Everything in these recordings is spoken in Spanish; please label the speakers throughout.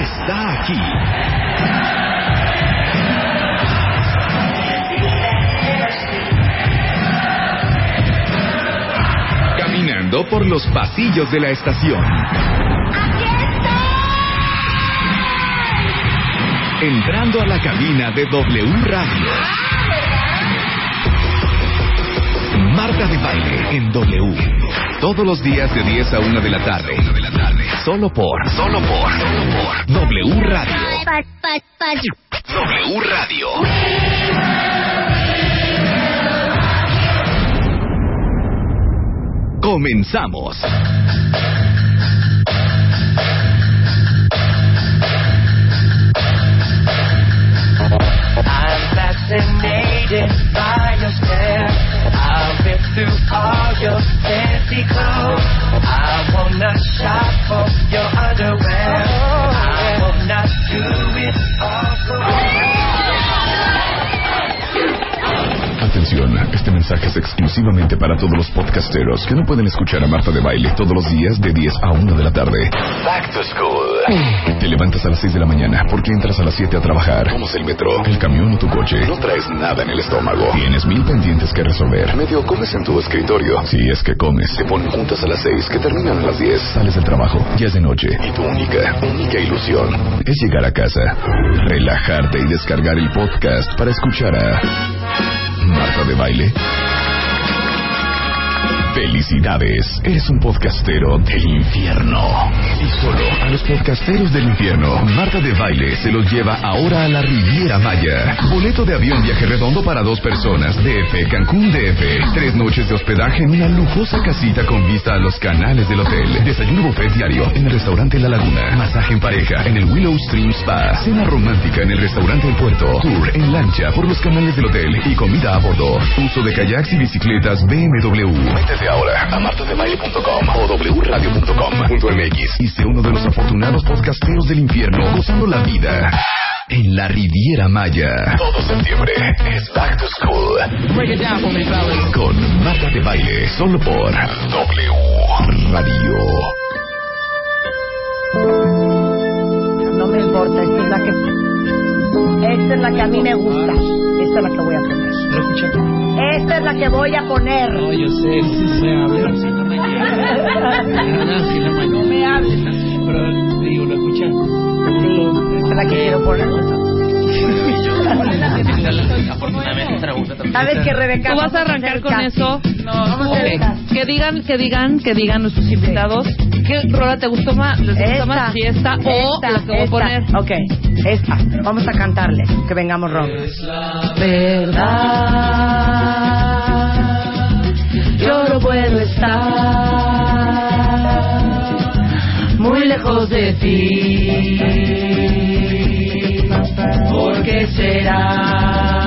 Speaker 1: está aquí. Caminando por los pasillos de la estación. Entrando a la cabina de W Radio. Marta de baile en W. Todos los días de 10 a 1 de la tarde. Solo por, solo por, solo por W Radio.
Speaker 2: Pat, pat, pat.
Speaker 1: W Radio. Comenzamos.
Speaker 3: I'm fascinated by your stare. I've been through all your fancy clothes. I wanna shop for your underwear. I wanna do it all for
Speaker 4: Atención, este mensaje es exclusivamente para todos los podcasteros que no pueden escuchar a Marta de Baile todos los días de 10 a 1 de la tarde.
Speaker 5: Back to school.
Speaker 4: Te levantas a las 6 de la mañana porque entras a las 7 a trabajar.
Speaker 5: Tomas el metro.
Speaker 4: El camión o tu coche.
Speaker 5: No traes nada en el estómago.
Speaker 4: Tienes mil pendientes que resolver.
Speaker 5: Medio comes en tu escritorio.
Speaker 4: Si es que comes,
Speaker 5: Te ponen juntas a las 6 que terminan a las 10.
Speaker 4: sales del trabajo, ya es de noche.
Speaker 5: Y tu única, única ilusión
Speaker 4: Es llegar a casa, relajarte y descargar el podcast para escuchar a Marta de Baile. Felicidades, eres un podcastero del infierno. Y solo a los podcasteros del infierno, Marta de Baile se los lleva ahora a la Riviera Maya. Boleto de avión viaje redondo para dos personas, DF, Cancún, DF. Tres noches de hospedaje en una lujosa casita con vista a los canales del hotel. Desayuno buffet diario en el restaurante La Laguna. Masaje en pareja en el Willow Stream Spa. Cena romántica en el restaurante El Puerto. Tour en lancha por los canales del hotel y comida a bordo. Uso de kayaks y bicicletas BMW.
Speaker 5: desde ahora a martademail.com o wradio.com.mx.
Speaker 4: y sé uno de los afortunados podcasteros del infierno gozando la vida en la Riviera Maya
Speaker 5: Todo septiembre es Back to School
Speaker 4: con Marta de Baile solo por W Radio.
Speaker 6: No me importa, esta es la que. Esta es la que a mí me gusta. Esta es la que voy a poner.
Speaker 7: Lo escuché.
Speaker 6: Esta es la que voy a poner.
Speaker 7: No, yo sé, sí sé, a ver, si no me llega. Nada, si no no me hables así, pero digo, lo escuché.
Speaker 6: Sí, esta es la que quiero poner. Sabes que Rebeca.
Speaker 8: ¿Tú vas a arrancar con eso? No, ok. Que digan, que digan, que digan nuestros invitados. ¿Qué rola te gustó más? ¿Les gustó más fiesta o
Speaker 6: esta,
Speaker 8: la que voy a
Speaker 6: esta.
Speaker 8: poner?
Speaker 6: Ok, esta. Vamos a cantarle. Que vengamos roncos.
Speaker 3: verdad. Ah, Yo no puedo estar muy lejos de ti. Porque será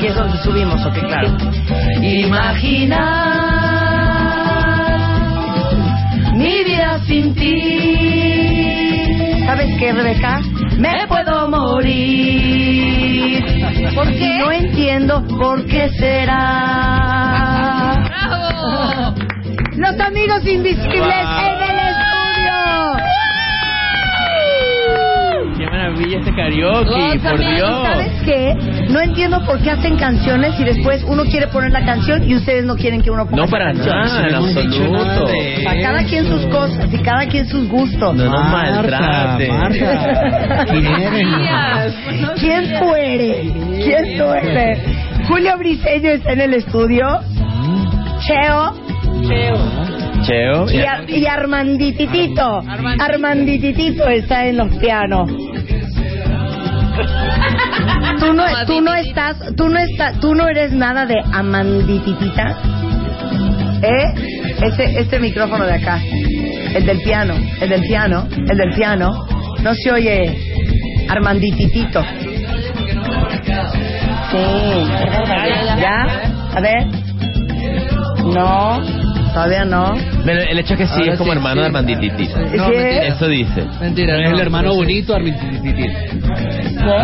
Speaker 6: Y es donde subimos, ok, claro.
Speaker 3: imaginar mi vida sin ti.
Speaker 6: ¿Sabes qué, Rebeca?
Speaker 3: Me puedo morir.
Speaker 6: ¿Por qué? No entiendo por qué será.
Speaker 8: ¡Bravo!
Speaker 6: Los amigos invisibles en el estudio.
Speaker 7: Qué maravilla este karaoke,
Speaker 8: Gózame,
Speaker 7: por Dios.
Speaker 6: ¿Sabes qué? No entiendo por qué hacen canciones y después uno quiere poner la canción y ustedes no quieren que uno ponga.
Speaker 7: No
Speaker 6: esa
Speaker 7: para
Speaker 6: canción.
Speaker 7: nada, en absoluto.
Speaker 6: O sea, cada quien sus cosas y cada quien sus gustos.
Speaker 7: No nos
Speaker 9: Marta, Marta,
Speaker 7: maltrates.
Speaker 8: Días.
Speaker 6: ¿Quién tú eres? ¿Quién tú eres? Julio Briseño está en el estudio.
Speaker 7: Mm.
Speaker 6: Cheo
Speaker 7: Cheo,
Speaker 6: y,
Speaker 7: ya.
Speaker 6: Ar- y Armandititito.
Speaker 8: Armandito.
Speaker 6: Armandititito está en los pianos. Tú no, tú no estás, tú no estás, tú no eres nada de amandititita, ¿eh? Este, este micrófono de acá, el del piano, el del piano, el del piano, no se oye Armandititito. Sí, ya, a ver, no, Todavía no.
Speaker 2: Pero el hecho que sí
Speaker 7: Ahora
Speaker 2: es como
Speaker 7: sí,
Speaker 2: hermano
Speaker 7: sí.
Speaker 2: de Armandititita.
Speaker 7: No,
Speaker 6: ¿Sí?
Speaker 7: mentira.
Speaker 2: Eso dice.
Speaker 7: Mentira, es el hermano bonito Armitititita.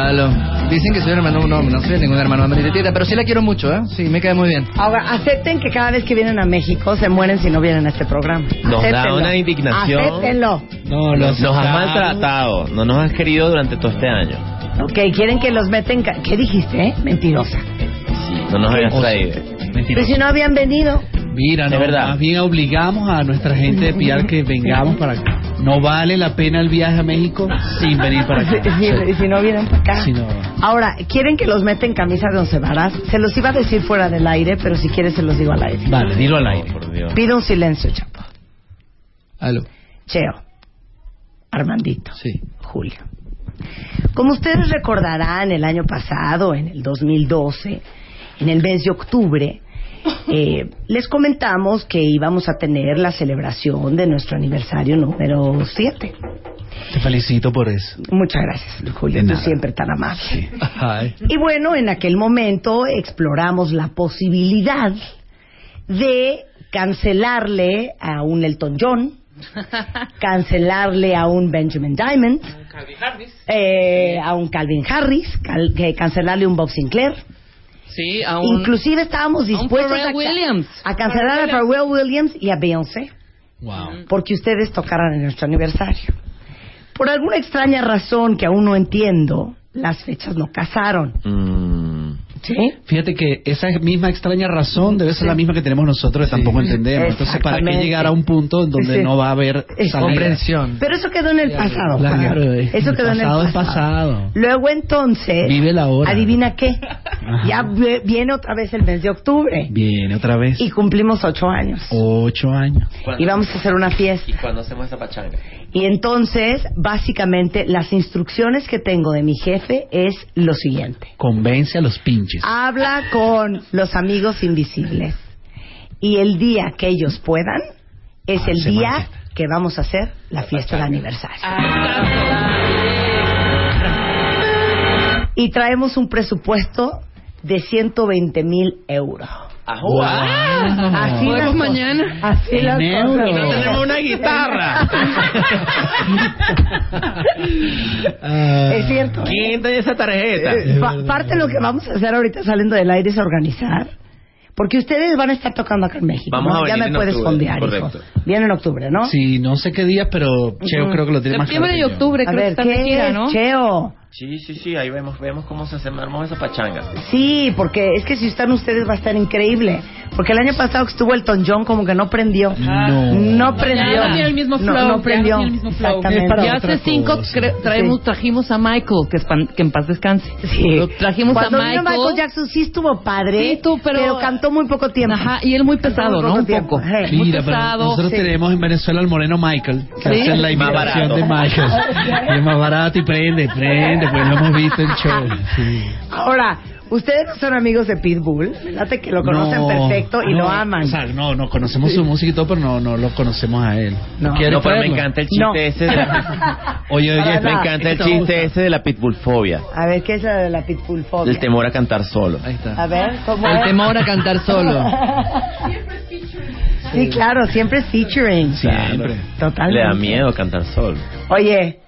Speaker 7: Aló. Dicen que soy hermano, no, no soy ningún hermano Armitititita, pero sí la quiero mucho, ¿eh? Sí, me cae muy bien.
Speaker 6: Ahora, acepten que cada vez que vienen a México se mueren si no vienen a este programa.
Speaker 2: Nos da
Speaker 6: Acéptenlo.
Speaker 2: una indignación.
Speaker 6: Acéptenlo.
Speaker 7: No,
Speaker 2: Nos has maltratado, no nos has querido durante todo este año.
Speaker 6: Ok, quieren que los meten... ca- ¿Qué dijiste, eh? Mentirosa.
Speaker 2: No nos habías traído.
Speaker 6: Pero si no habían venido...
Speaker 7: Mira,
Speaker 2: Es
Speaker 7: no,
Speaker 2: verdad.
Speaker 7: más bien obligamos a nuestra gente de PR que vengamos para acá. No vale la pena el viaje a México sin venir para acá.
Speaker 6: Si, si no vienen para acá.
Speaker 7: Si no-
Speaker 6: Ahora, ¿quieren que los meten camisa de once varas? Se los iba a decir fuera del aire, pero si quieres se los digo al aire.
Speaker 7: Vale, dilo al aire.
Speaker 2: Por Dios.
Speaker 6: Pido un silencio, Chapo.
Speaker 7: Aló.
Speaker 6: Cheo, Armandito,
Speaker 7: Sí.
Speaker 6: Julio. Como ustedes recordarán, el año pasado, en el 2012, en el mes de octubre, eh, les comentamos que íbamos a tener la celebración de nuestro aniversario número 7.
Speaker 7: Te felicito por eso.
Speaker 6: Muchas gracias, Julio,
Speaker 7: De
Speaker 6: tú
Speaker 7: nada.
Speaker 6: siempre tan amable.
Speaker 7: Ay.
Speaker 6: Y bueno, en aquel momento exploramos la posibilidad de cancelarle a un Elton John, cancelarle a un Benjamin Diamond, eh, a un Calvin Harris, cal- que cancelarle a un Bob Sinclair.
Speaker 8: Sí, a un...
Speaker 6: Inclusive estábamos
Speaker 8: a un
Speaker 6: dispuestos
Speaker 8: Pharrell
Speaker 6: a, ca-
Speaker 8: Williams.
Speaker 6: a cancelar a Pharrell Williams y a Beyoncé
Speaker 7: Wow.
Speaker 6: porque ustedes tocaran en nuestro aniversario. Por alguna extraña razón que aún no entiendo, las fechas no casaron.
Speaker 2: Mm.
Speaker 6: ¿Sí?
Speaker 7: Fíjate que esa misma extraña razón debe ser la misma que tenemos nosotros, que tampoco entendemos. Entonces, ¿para qué
Speaker 6: Exactamente.
Speaker 7: llegar a un punto en donde
Speaker 6: Sí.
Speaker 7: no va a haber
Speaker 6: Es-
Speaker 7: salida?
Speaker 6: Comprensión. Pero eso quedó en el pasado.
Speaker 7: Claro,
Speaker 6: Juan.
Speaker 7: eh,
Speaker 6: Eso
Speaker 7: el
Speaker 6: quedó en el pasado.
Speaker 7: pasado es pasado.
Speaker 6: Luego entonces.
Speaker 7: Vive la hora.
Speaker 6: Adivina qué. Ya ve- viene otra vez el mes de octubre.
Speaker 7: Viene otra vez.
Speaker 6: Y cumplimos ocho años.
Speaker 7: Ocho años.
Speaker 6: Y vamos a hacer una fiesta.
Speaker 2: ¿Y cuándo hacemos esa pachanga?
Speaker 6: Y entonces, básicamente, las instrucciones que tengo de mi jefe es lo siguiente.
Speaker 7: Convence a los pinches.
Speaker 6: Ah, Habla con los amigos invisibles. Y el día que ellos puedan es el
Speaker 7: Ah, se
Speaker 6: día
Speaker 7: manifiesta.
Speaker 6: que vamos a hacer la fiesta de aniversario. Y traemos un presupuesto de 120 mil euros.
Speaker 2: ¡Ah,
Speaker 7: Wow.
Speaker 6: ah, Así
Speaker 8: Podemos
Speaker 2: pues,
Speaker 6: las cosas.
Speaker 8: mañana.
Speaker 6: Así
Speaker 7: En
Speaker 6: las
Speaker 7: euros.
Speaker 6: cosas.
Speaker 7: Y no tenemos
Speaker 2: una
Speaker 7: Ah.
Speaker 6: Es cierto. ¿eh?
Speaker 2: ¿Quién tiene esa tarjeta?
Speaker 6: Eh, pa- parte de lo que vamos a hacer ahorita saliendo del aire es organizar. Porque ustedes van a estar tocando acá en México.
Speaker 2: Vamos
Speaker 6: ¿no?
Speaker 2: a
Speaker 6: ya
Speaker 2: venir
Speaker 6: me
Speaker 2: en
Speaker 6: puedes
Speaker 2: octubre,
Speaker 6: fondear, hijo.
Speaker 2: correcto.
Speaker 6: Viene en octubre, ¿no?
Speaker 7: Sí, no sé qué día, pero Cheo creo que lo tiene más claro
Speaker 8: Septiembre
Speaker 7: que
Speaker 8: y
Speaker 7: yo.
Speaker 8: octubre
Speaker 6: A
Speaker 8: creo que
Speaker 6: ver,
Speaker 8: están de
Speaker 6: ¿qué
Speaker 8: gira, ¿no?
Speaker 6: es, Cheo?
Speaker 2: Sí, sí, sí, ahí vemos, vemos cómo se armamos esa pachanga.
Speaker 6: Sí, porque es que si están ustedes va a estar increíble. Porque el año pasado que estuvo Elton John como que no prendió.
Speaker 7: No.
Speaker 6: No prendió.
Speaker 8: Ya no tiene el mismo flow.
Speaker 6: No, no prendió.
Speaker 8: Ya, no tiene el mismo flow.
Speaker 6: Exactamente.
Speaker 7: Es para
Speaker 8: Ya
Speaker 7: otra
Speaker 8: hace cinco
Speaker 7: cosa.
Speaker 8: cre- traemos,
Speaker 6: Sí.
Speaker 8: trajimos a Michael, que, espan- que en paz descanse.
Speaker 6: Sí.
Speaker 8: Lo trajimos
Speaker 6: Cuando
Speaker 8: a
Speaker 6: vino
Speaker 8: Michael.
Speaker 6: Michael Jackson sí estuvo padre,
Speaker 8: Sí, tú, pero-
Speaker 6: cantó muy poco tiempo.
Speaker 8: Ajá, y él muy pesado,
Speaker 6: Muy
Speaker 8: ¿no?
Speaker 6: poco
Speaker 8: Un
Speaker 6: tiempo.
Speaker 8: poco.
Speaker 6: Hey.
Speaker 8: Muy
Speaker 7: Mira, pero
Speaker 8: pesado.
Speaker 7: nosotros
Speaker 6: sí.
Speaker 7: tenemos en Venezuela al moreno Michael, que
Speaker 6: Sí.
Speaker 7: hace la
Speaker 2: Más
Speaker 7: imitación
Speaker 2: barato.
Speaker 7: de Michael. es más barato y prende, prende, pues lo hemos visto en show. Sí.
Speaker 6: Ahora, ustedes no son amigos de Pitbull, fíjate que lo conocen
Speaker 7: No,
Speaker 6: perfecto y
Speaker 7: no,
Speaker 6: lo aman.
Speaker 7: O sea, no, no conocemos su música y todo, pero no, no lo conocemos a él.
Speaker 6: No.
Speaker 7: ¿Quieres
Speaker 2: No, pero me
Speaker 7: creerlo?
Speaker 2: encanta el chiste
Speaker 6: No.
Speaker 2: ese. De la... Oye,
Speaker 6: Para
Speaker 2: oye, me
Speaker 6: nada.
Speaker 2: encanta el
Speaker 7: Esto me
Speaker 2: chiste
Speaker 7: gusta.
Speaker 2: ese de la pitbullfobia.
Speaker 6: A ver, ¿qué es la de la Pitbull fobia?
Speaker 2: El temor a cantar solo.
Speaker 7: Ahí está.
Speaker 6: A ver, ¿cómo es?
Speaker 7: a cantar solo.
Speaker 6: Sí, claro, siempre es featuring.
Speaker 7: Siempre.
Speaker 6: Totalmente.
Speaker 2: Le da miedo cantar solo.
Speaker 6: Oye,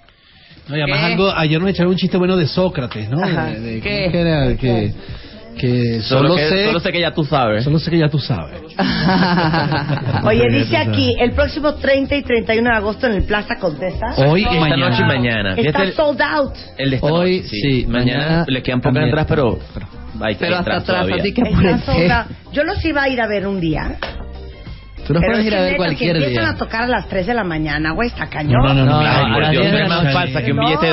Speaker 7: No, y además
Speaker 8: ¿Qué?
Speaker 7: algo, ayer nos echaron un chiste bueno de Sócrates, ¿no?
Speaker 6: Ajá.
Speaker 7: De- de-
Speaker 8: ¿Qué?
Speaker 7: ¿cómo que era? Que, que solo,
Speaker 2: que,
Speaker 7: sé,
Speaker 2: solo sé que ya tú sabes.
Speaker 7: solo sé que ya tú sabes. Ah,
Speaker 6: oye, dice aquí, el próximo 30 y 31 de agosto en el Plaza Condesa.
Speaker 7: Hoy y
Speaker 2: Esta
Speaker 7: mañana.
Speaker 2: noche y mañana.
Speaker 6: Está
Speaker 2: Fíjate el-
Speaker 6: sold out.
Speaker 2: El de esta
Speaker 7: Hoy,
Speaker 2: noche,
Speaker 7: sí,
Speaker 2: Mañana,
Speaker 7: mañana
Speaker 2: le quedan pocas
Speaker 7: también.
Speaker 2: entradas, pero, pero hay
Speaker 8: Pero hasta
Speaker 2: entradas
Speaker 8: atrás,
Speaker 2: todavía.
Speaker 8: así que pues,
Speaker 6: Está
Speaker 8: apúrense.
Speaker 6: sold out. Yo los iba a ir a ver un día.
Speaker 7: Tú nos
Speaker 6: pero
Speaker 7: puedes
Speaker 6: es
Speaker 7: ir
Speaker 6: que
Speaker 7: a ver
Speaker 6: neta,
Speaker 7: cualquier
Speaker 6: si empiezan
Speaker 7: día.
Speaker 6: a tocar a las 3 de la mañana, güey, está cañón.
Speaker 7: No, no, no, no,
Speaker 2: Ay, por
Speaker 7: a las
Speaker 2: Dios,
Speaker 7: 10 de
Speaker 2: es
Speaker 7: la
Speaker 2: más
Speaker 7: noche.
Speaker 2: falsa que un
Speaker 6: No.
Speaker 2: billete de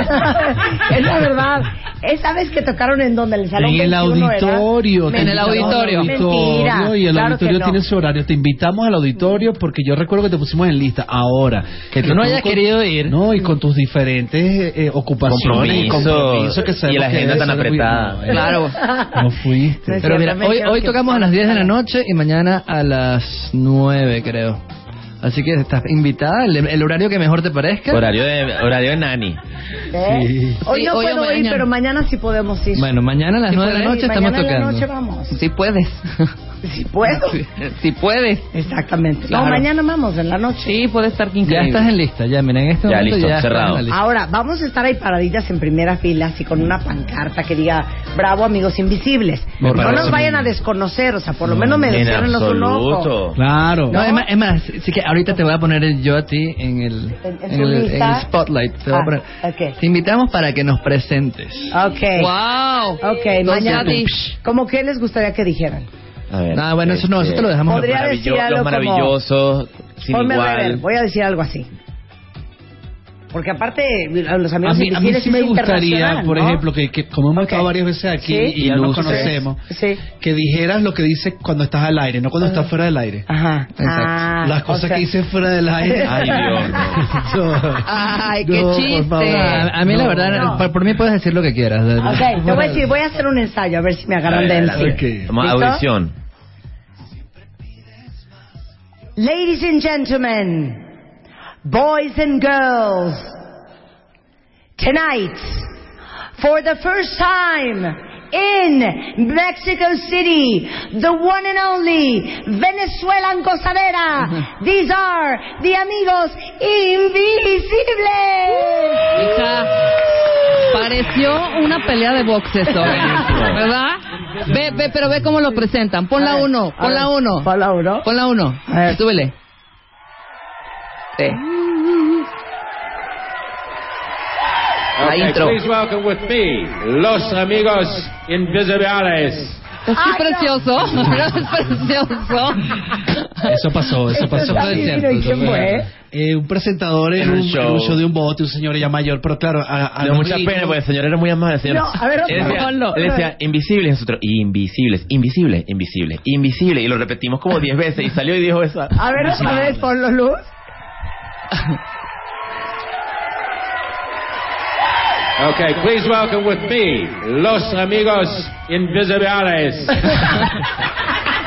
Speaker 6: es la verdad. Esa vez que tocaron en donde el salón
Speaker 7: En el
Speaker 6: 21 era-
Speaker 7: auditorio. te
Speaker 8: En el
Speaker 7: invitamos al
Speaker 8: auditorio.
Speaker 6: Mentira.
Speaker 7: Y el
Speaker 6: Claro
Speaker 7: auditorio
Speaker 6: que no. Mm.
Speaker 7: tiene su horario. Te invitamos al auditorio porque yo recuerdo que te pusimos en lista. Ahora, que tú no hayas querido ir. No, y con tus diferentes eh, ocupaciones y
Speaker 2: Compromisos.
Speaker 7: compromisos que sabemos
Speaker 2: Y la
Speaker 7: que
Speaker 2: agenda
Speaker 7: debe
Speaker 2: tan
Speaker 7: ser muy-
Speaker 2: apretada.
Speaker 7: no, eh,
Speaker 2: Claro.
Speaker 7: No fuiste.
Speaker 6: No es cierto, me dijeron que-
Speaker 9: noche y mañana a las 9, creo. Así que estás invitada, el, el horario que mejor te parezca.
Speaker 2: horario, de, horario de nani.
Speaker 6: ¿Eh?
Speaker 7: Sí.
Speaker 6: Hoy
Speaker 8: Sí,
Speaker 6: no
Speaker 8: hoy o
Speaker 6: puedo ir,
Speaker 8: mañana.
Speaker 6: pero mañana sí podemos ir.
Speaker 9: Bueno, mañana a las
Speaker 8: Sí,
Speaker 9: 9 de la
Speaker 8: puede.
Speaker 9: noche
Speaker 6: Sí,
Speaker 9: estamos
Speaker 6: mañana en la
Speaker 9: tocando.
Speaker 6: noche vamos.
Speaker 9: Si puedes.
Speaker 6: Si puedo.
Speaker 8: Si puedes.
Speaker 6: Exactamente.
Speaker 8: Claro.
Speaker 6: No, mañana vamos, en la noche.
Speaker 8: Sí, puede estar
Speaker 9: Ya
Speaker 8: increíble.
Speaker 9: estás en lista, ya, mira, en este
Speaker 2: Ya,
Speaker 9: momento
Speaker 2: listo,
Speaker 9: ya estás
Speaker 2: cerrado.
Speaker 9: en la lista.
Speaker 6: Ahora, vamos a estar ahí paraditas en primera fila, así con una pancarta que diga, bravo amigos invisibles.
Speaker 7: Me
Speaker 6: no
Speaker 7: parece
Speaker 6: nos vayan a desconocer, o sea, por lo menos me
Speaker 2: en
Speaker 6: los un ojo.
Speaker 2: absoluto.
Speaker 7: Claro.
Speaker 9: No, es más, es más, sí que ahorita te voy a poner el- yo a ti en el,
Speaker 6: En- en tu
Speaker 9: el,
Speaker 6: lista.
Speaker 9: el spotlight. Te, voy a
Speaker 6: Ah,
Speaker 9: poner.
Speaker 6: ok.
Speaker 9: Te invitamos para que nos presentes.
Speaker 6: Ok.
Speaker 8: ¡Wow!
Speaker 6: Ok, mañana. ¿Cómo que les gustaría que dijeran?
Speaker 2: A ver,
Speaker 9: Ah, bueno, eso no, eso te lo dejamos.
Speaker 6: Podría
Speaker 9: aparte.
Speaker 6: decir
Speaker 2: Maravillo-
Speaker 6: algo
Speaker 2: los maravillosos, sin
Speaker 6: Ponme
Speaker 2: igual.
Speaker 6: Rever, voy a decir algo así. Porque aparte, a los
Speaker 7: A
Speaker 6: amigos
Speaker 7: mí, a mí
Speaker 6: invisibles
Speaker 7: sí me
Speaker 6: es
Speaker 7: gustaría,
Speaker 6: internacional,
Speaker 7: por
Speaker 6: ¿no?
Speaker 7: ejemplo, que, que como hemos
Speaker 6: Ok.
Speaker 7: estado varias veces aquí
Speaker 6: Sí.
Speaker 7: y ya nos
Speaker 6: Sí.
Speaker 7: conocemos,
Speaker 6: Sí.
Speaker 7: que dijeras lo que dices cuando estás al aire, no cuando estás fuera del aire.
Speaker 6: Ajá. Ah,
Speaker 7: Las
Speaker 6: o
Speaker 7: cosas
Speaker 6: sea,
Speaker 7: que dices fuera del aire.
Speaker 2: Ay, Dios. no.
Speaker 8: Ay, qué chiste.
Speaker 9: A, a mí, la verdad,
Speaker 6: No.
Speaker 9: pa- por mí puedes decir lo que quieras.
Speaker 6: Ok, te voy a decir, voy a hacer un ensayo, a ver si me agarran de MC.
Speaker 7: Ok.
Speaker 2: Vamos a
Speaker 6: ¿Listo?
Speaker 2: audición.
Speaker 6: Ladies and gentlemen, boys and girls, tonight, for the first time in Mexico City, the one and only Venezuelan gozadera, these are the amigos invisibles.
Speaker 8: Hija, pareció una pelea de boxes hoy, ¿verdad? Ve, ve, pero ve cómo lo presentan. Pon la uno, pon la uno,
Speaker 6: Pon la uno.
Speaker 8: pon la uno.
Speaker 6: A ver.
Speaker 8: Súbele. Sí. La intro.
Speaker 10: welcome with me, los amigos invisibles.
Speaker 8: Es
Speaker 6: Ay, no.
Speaker 8: precioso, pero es precioso.
Speaker 7: Eso pasó, eso
Speaker 6: Esto
Speaker 7: pasó.
Speaker 6: está
Speaker 7: Eso es
Speaker 6: divino,
Speaker 7: cierto,
Speaker 6: ¿y
Speaker 7: eso
Speaker 6: quién fue?
Speaker 7: Eh, un presentador en,
Speaker 2: En un
Speaker 7: un, en un show.
Speaker 2: show.
Speaker 7: de un bote, un señor ya mayor, pero claro, a, a
Speaker 2: Me da
Speaker 7: los
Speaker 2: Ah, mucha
Speaker 7: ricos-
Speaker 2: pena pues. porque el señor era muy amable. El señor,
Speaker 6: No, a ver,
Speaker 2: él
Speaker 6: otra vez.
Speaker 2: decía,
Speaker 6: Ponlo.
Speaker 2: él decía, invisibles, nosotros, invisibles, invisibles, invisibles, invisibles. Y lo repetimos como 10 veces y salió y dijo esa.
Speaker 6: A ver, a ver, ponlo luz.
Speaker 10: Okay, please welcome with me, los amigos invisibles.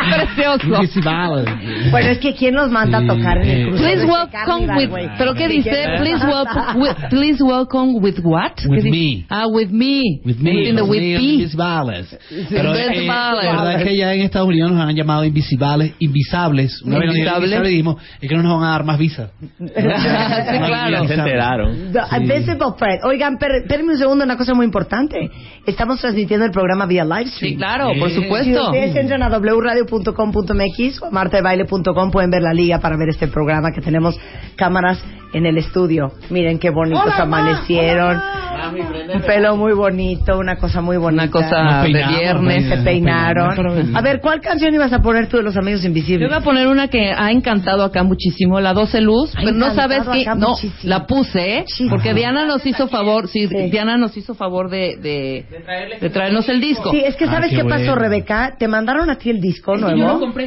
Speaker 8: Precioso.
Speaker 6: Bueno, es que ¿quién nos manda a tocar en el crucero
Speaker 8: Please
Speaker 6: de
Speaker 8: welcome
Speaker 6: Carnival,
Speaker 8: with.
Speaker 6: güey?
Speaker 8: ¿Pero qué dice? Please welcome with.
Speaker 6: with...
Speaker 8: Please welcome with what?
Speaker 7: With
Speaker 8: ¿Qué dice?
Speaker 7: me.
Speaker 8: Ah, with me.
Speaker 7: With me,
Speaker 8: Entiendo, with
Speaker 7: me,
Speaker 8: me.
Speaker 7: invisibles. Pero eh,
Speaker 8: Invisibles.
Speaker 7: la verdad es que ya en Estados Unidos nos han llamado invisibles, invisibles. Una vez nos dijeron
Speaker 8: Invisibles.
Speaker 7: invisibles y dijimos, es que no nos van a dar más visa.
Speaker 8: Sí, claro.
Speaker 2: Ya se enteraron.
Speaker 6: The Invisible Friend. Oigan, per, espérenme un segundo, una cosa muy importante. Estamos transmitiendo el programa vía live stream.
Speaker 8: Sí, claro, por
Speaker 6: Si
Speaker 8: supuesto.
Speaker 6: ustedes entran a wradio.com.mx o a martadebaile.com pueden ver la liga para ver este programa que tenemos cámaras en el estudio. Miren qué bonitos amanecieron. Un pelo muy bonito, una cosa muy bonita.
Speaker 8: Una cosa
Speaker 7: Nos
Speaker 8: de
Speaker 7: peinamos,
Speaker 8: viernes.
Speaker 7: pues.
Speaker 6: Se
Speaker 7: Nos
Speaker 6: peinaron.
Speaker 7: peinaron.
Speaker 6: A ver, ¿cuál canción ibas a poner tú de Los Amigos
Speaker 8: Yo
Speaker 6: Invisibles?
Speaker 8: voy a poner una que ha encantado acá muchísimo, la 12 Luz,
Speaker 6: Ha
Speaker 8: pero no sabes
Speaker 6: encantado
Speaker 8: que
Speaker 6: acá
Speaker 8: no
Speaker 6: muchísimo.
Speaker 8: la puse, ¿eh?
Speaker 6: Sí.
Speaker 8: porque Diana nos hizo favor, sí,
Speaker 6: Sí.
Speaker 8: Diana nos hizo favor de de, de traernos el disco.
Speaker 6: Sí, es que
Speaker 7: Ah,
Speaker 6: ¿sabes
Speaker 7: qué
Speaker 6: qué, pasó,
Speaker 7: bueno.
Speaker 6: Rebeca? ¿Te mandaron a ti el disco nuevo?
Speaker 8: Sí.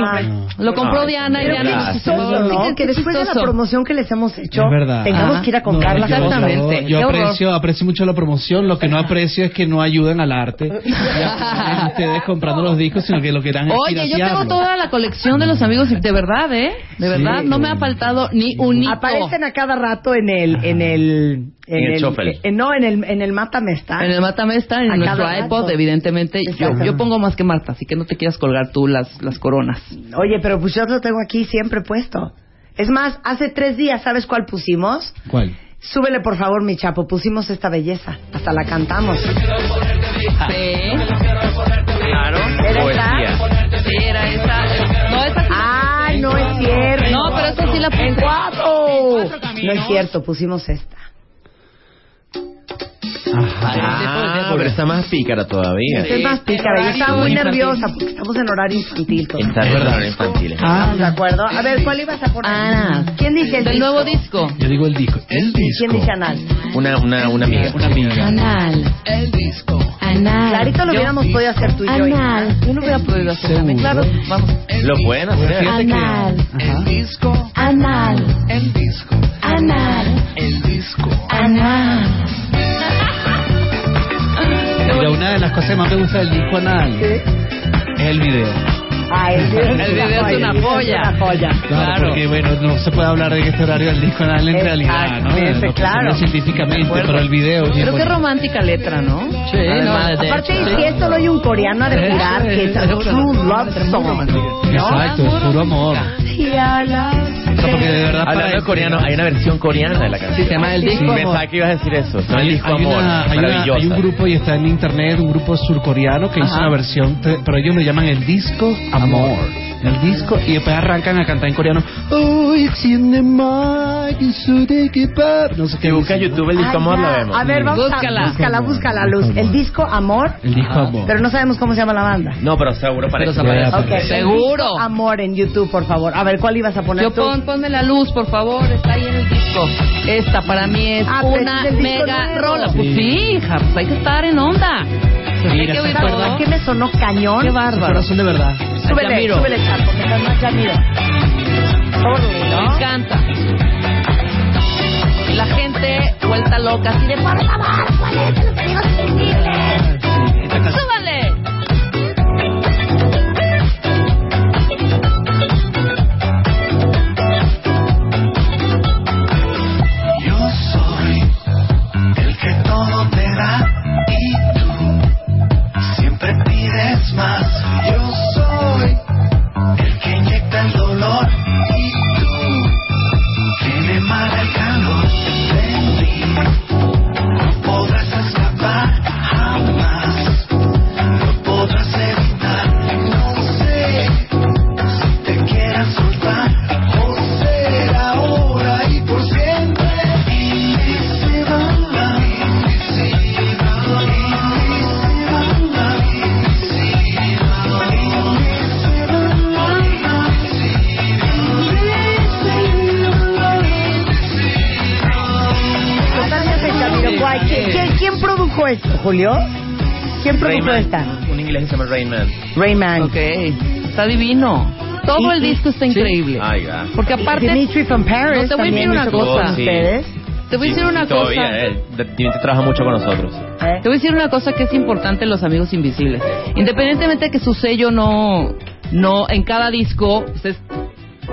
Speaker 6: Ah.
Speaker 8: Lo compró
Speaker 2: Ay,
Speaker 8: Diana y
Speaker 2: pero
Speaker 8: Diana
Speaker 2: qué
Speaker 8: nos hizo
Speaker 6: Chistoso,
Speaker 8: favor.
Speaker 6: ¿no? Que después de la promoción que les hemos hecho,
Speaker 7: Es verdad.
Speaker 6: tengamos
Speaker 8: Ajá.
Speaker 6: que ir a comprarla.
Speaker 8: No, yo- Exactamente.
Speaker 7: Yo,
Speaker 8: Qué horror.
Speaker 7: aprecio, aprecio mucho la promoción. Lo que no aprecio es que no ayudan al arte. Ya no ustedes comprando los discos, sino que lo que dan es
Speaker 8: Oye, yo tengo
Speaker 7: piratearlos.
Speaker 8: toda la colección de los amigos, de verdad, ¿eh? De
Speaker 7: Sí.
Speaker 8: verdad, no me ha faltado ni un hito.
Speaker 6: Aparecen a cada rato en el, en el,
Speaker 2: En el shuffle.
Speaker 6: en- no, en el, en el Mátame está.
Speaker 8: En el Mátame está, en
Speaker 6: A
Speaker 8: nuestro
Speaker 6: cada
Speaker 8: iPod,
Speaker 6: rato.
Speaker 8: evidentemente. Yo,
Speaker 6: Exacto.
Speaker 8: yo pongo más que Marta, así que no te quieras colgar tú las, las coronas.
Speaker 6: Oye, pero pues yo lo tengo aquí siempre puesto. Es más, hace tres días, ¿sabes cuál pusimos?
Speaker 7: ¿Cuál?
Speaker 6: Súbele, por favor, mi chapo. Pusimos esta belleza. Hasta la cantamos.
Speaker 8: Sí,
Speaker 2: Claro.
Speaker 6: Era
Speaker 2: Poesía.
Speaker 8: era esa. No, esa sí la-
Speaker 6: Ah, no es cierto.
Speaker 8: No, pero esa sí la puse.
Speaker 6: En cuatro. No es cierto, pusimos esta.
Speaker 2: Ah, pero está más pícara todavía.
Speaker 6: Esto es más pícara. Yo estaba muy nerviosa porque estamos en horario infantil. todo.
Speaker 2: Está verdad infantil.
Speaker 6: ¿Estamos de acuerdo? A ver, ¿cuál ibas a poner?
Speaker 8: Ah,
Speaker 6: ¿Quién dice el
Speaker 8: Del
Speaker 6: disco?
Speaker 8: nuevo disco.
Speaker 7: Yo digo el disco. El disco.
Speaker 6: ¿Quién dice anal?
Speaker 2: Una, una, una amiga.
Speaker 7: Una amiga.
Speaker 8: Anal.
Speaker 9: El disco.
Speaker 8: Anal.
Speaker 6: Clarito lo
Speaker 8: Ah. Yo-
Speaker 6: hubiéramos podido hacer tú y yo.
Speaker 8: Anal. Yo no hubiera podido hacer también.
Speaker 7: Seguro.
Speaker 8: Claro, vamos.
Speaker 2: Lo pueden hacer.
Speaker 7: Fíjate que- Ajá.
Speaker 9: disco.
Speaker 8: Anal.
Speaker 9: El disco.
Speaker 8: Anal.
Speaker 9: El disco.
Speaker 8: Anal.
Speaker 7: eh, Mira, una de las cosas que más me gusta del disco anal es el video.
Speaker 6: Ay, el video
Speaker 8: El video es una
Speaker 6: el video es una joya.
Speaker 7: Claro, porque bueno, no se puede hablar de este horario del disco anal en realidad, ¿no?
Speaker 6: Exactamente,
Speaker 7: Lo que se
Speaker 6: claro.
Speaker 7: ve científicamente, pero el video. es bien
Speaker 8: Pero qué
Speaker 7: bonito.
Speaker 8: romántica letra, ¿no?
Speaker 9: Sí,
Speaker 8: Además
Speaker 9: no,
Speaker 8: de-
Speaker 6: Aparte, si esto lo oye un coreano a depurar, que es a true love song.
Speaker 7: Exacto, es puro amor. O sea, porque de verdad para
Speaker 2: Hablando de
Speaker 7: este,
Speaker 2: coreano,
Speaker 7: ¿no?
Speaker 2: hay una versión coreana de la canción.
Speaker 9: Sí, se llama El Disco
Speaker 2: Pensaba
Speaker 9: Amor.
Speaker 2: que ibas a decir eso. Se llama El Disco
Speaker 7: hay
Speaker 2: Amor.
Speaker 7: una- hay, una-
Speaker 2: Maravillosa.
Speaker 7: hay un grupo y está en internet, un grupo surcoreano que hizo
Speaker 8: Ajá.
Speaker 7: una versión, te- pero ellos lo llaman el disco amor. El disco, y después arrancan a cantar en coreano. Oh, it's in the mind, it's so they give up. No sé qué.
Speaker 2: Si buscas
Speaker 7: dicen, ¿no?
Speaker 2: YouTube El Disco
Speaker 6: Ay,
Speaker 2: Amor,
Speaker 6: ya.
Speaker 2: la vemos.
Speaker 6: A ver, vamos a
Speaker 8: Búscala.
Speaker 6: búscala, búscala, Luz. El disco Amor,
Speaker 7: El disco amor.
Speaker 6: pero no sabemos cómo se llama la banda.
Speaker 2: No, pero seguro
Speaker 9: Pero
Speaker 2: parece.
Speaker 9: se parece.
Speaker 7: Ya,
Speaker 6: Ok, el
Speaker 8: Seguro.
Speaker 6: disco Amor en YouTube, por favor. A ver, ¿cuál ibas a poner
Speaker 8: Yo
Speaker 6: tú?
Speaker 8: pon, ponme la luz, por favor, está ahí en el disco. Esta para mí es
Speaker 6: Ah, pero
Speaker 8: una
Speaker 6: es del disco
Speaker 8: mega
Speaker 6: nuevo.
Speaker 8: rola. Pues sí, hija, pues hay que estar en onda. Pues hay que oír
Speaker 6: ¿Sabes
Speaker 8: todo.
Speaker 6: por qué me sonó cañón?
Speaker 8: Qué
Speaker 7: Su
Speaker 8: bárbaro.
Speaker 7: corazón de verdad.
Speaker 6: Súbele,
Speaker 8: Yamiro.
Speaker 6: súbele, Chapo. Me encanta Yamiro. Órale,
Speaker 8: Me
Speaker 6: ¿no?
Speaker 8: encanta. La gente vuelta loca, así de por favor, ¿cuál es de los amigos invisibles? ¡Súbale!
Speaker 3: Yo soy el que todo te da y tú siempre pides más. Yo soy el que inyecta el dolor y tú tienes mal el calor de mí. No podrás escapar jamás, no podrás evitar. No sé si te quieras soltar o ser ahora y por siempre.
Speaker 6: Totalmente Jamiroquai. ¿Qui- quién, quién produjo esto, Julio? ¿Quién produjo
Speaker 2: Rayman.
Speaker 6: esta?
Speaker 2: Un inglés que se llama Rayman.
Speaker 6: Rayman.
Speaker 8: Ok, está divino. Todo el disco está increíble.
Speaker 2: Ay, ya.
Speaker 8: Porque aparte,
Speaker 6: Dimitri from Paris.
Speaker 8: No, te voy a
Speaker 6: también
Speaker 8: decir una
Speaker 6: hizo
Speaker 8: cosa.
Speaker 6: con ustedes.
Speaker 8: te voy a decir
Speaker 2: Sí,
Speaker 8: una
Speaker 2: todavía,
Speaker 8: cosa.
Speaker 2: eh, Dimitri trabaja mucho con nosotros.
Speaker 6: ¿Eh?
Speaker 8: Te voy a decir una cosa que es importante en los amigos invisibles. Independientemente de que su sello no, no en cada disco pues, es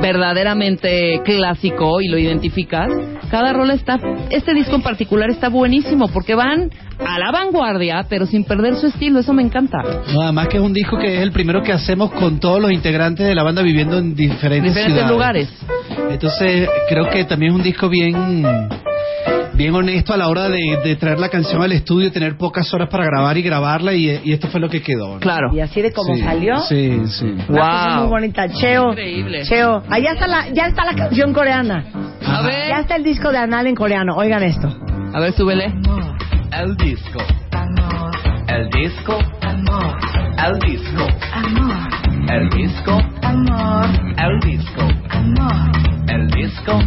Speaker 8: verdaderamente clásico y lo identificas, cada rola está, este disco en particular está buenísimo porque van a la vanguardia pero sin perder su estilo, eso me encanta.
Speaker 7: No, además que es un disco que es el primero que hacemos con todos los integrantes de la banda viviendo en diferentes,
Speaker 8: Diferentes
Speaker 7: ciudades.
Speaker 8: lugares.
Speaker 7: Entonces, creo que también es un disco bien bien honesto a la hora de, de traer la canción al estudio, tener pocas horas para grabar y grabarla y, y esto fue lo que quedó. ¿no?
Speaker 8: Claro.
Speaker 6: Y así de como
Speaker 7: Sí,
Speaker 6: salió.
Speaker 7: Sí, sí.
Speaker 6: Una cosa Muy
Speaker 8: Wow.
Speaker 6: bonita. Cheo.
Speaker 8: Increíble.
Speaker 6: Cheo. Allá está la, ya está la canción coreana. Ya
Speaker 8: A ver,
Speaker 6: está el disco de Anal en coreano. Oigan esto.
Speaker 8: a ver, súbele.
Speaker 2: El disco. El disco. El disco. El disco. El disco. El disco. El disco.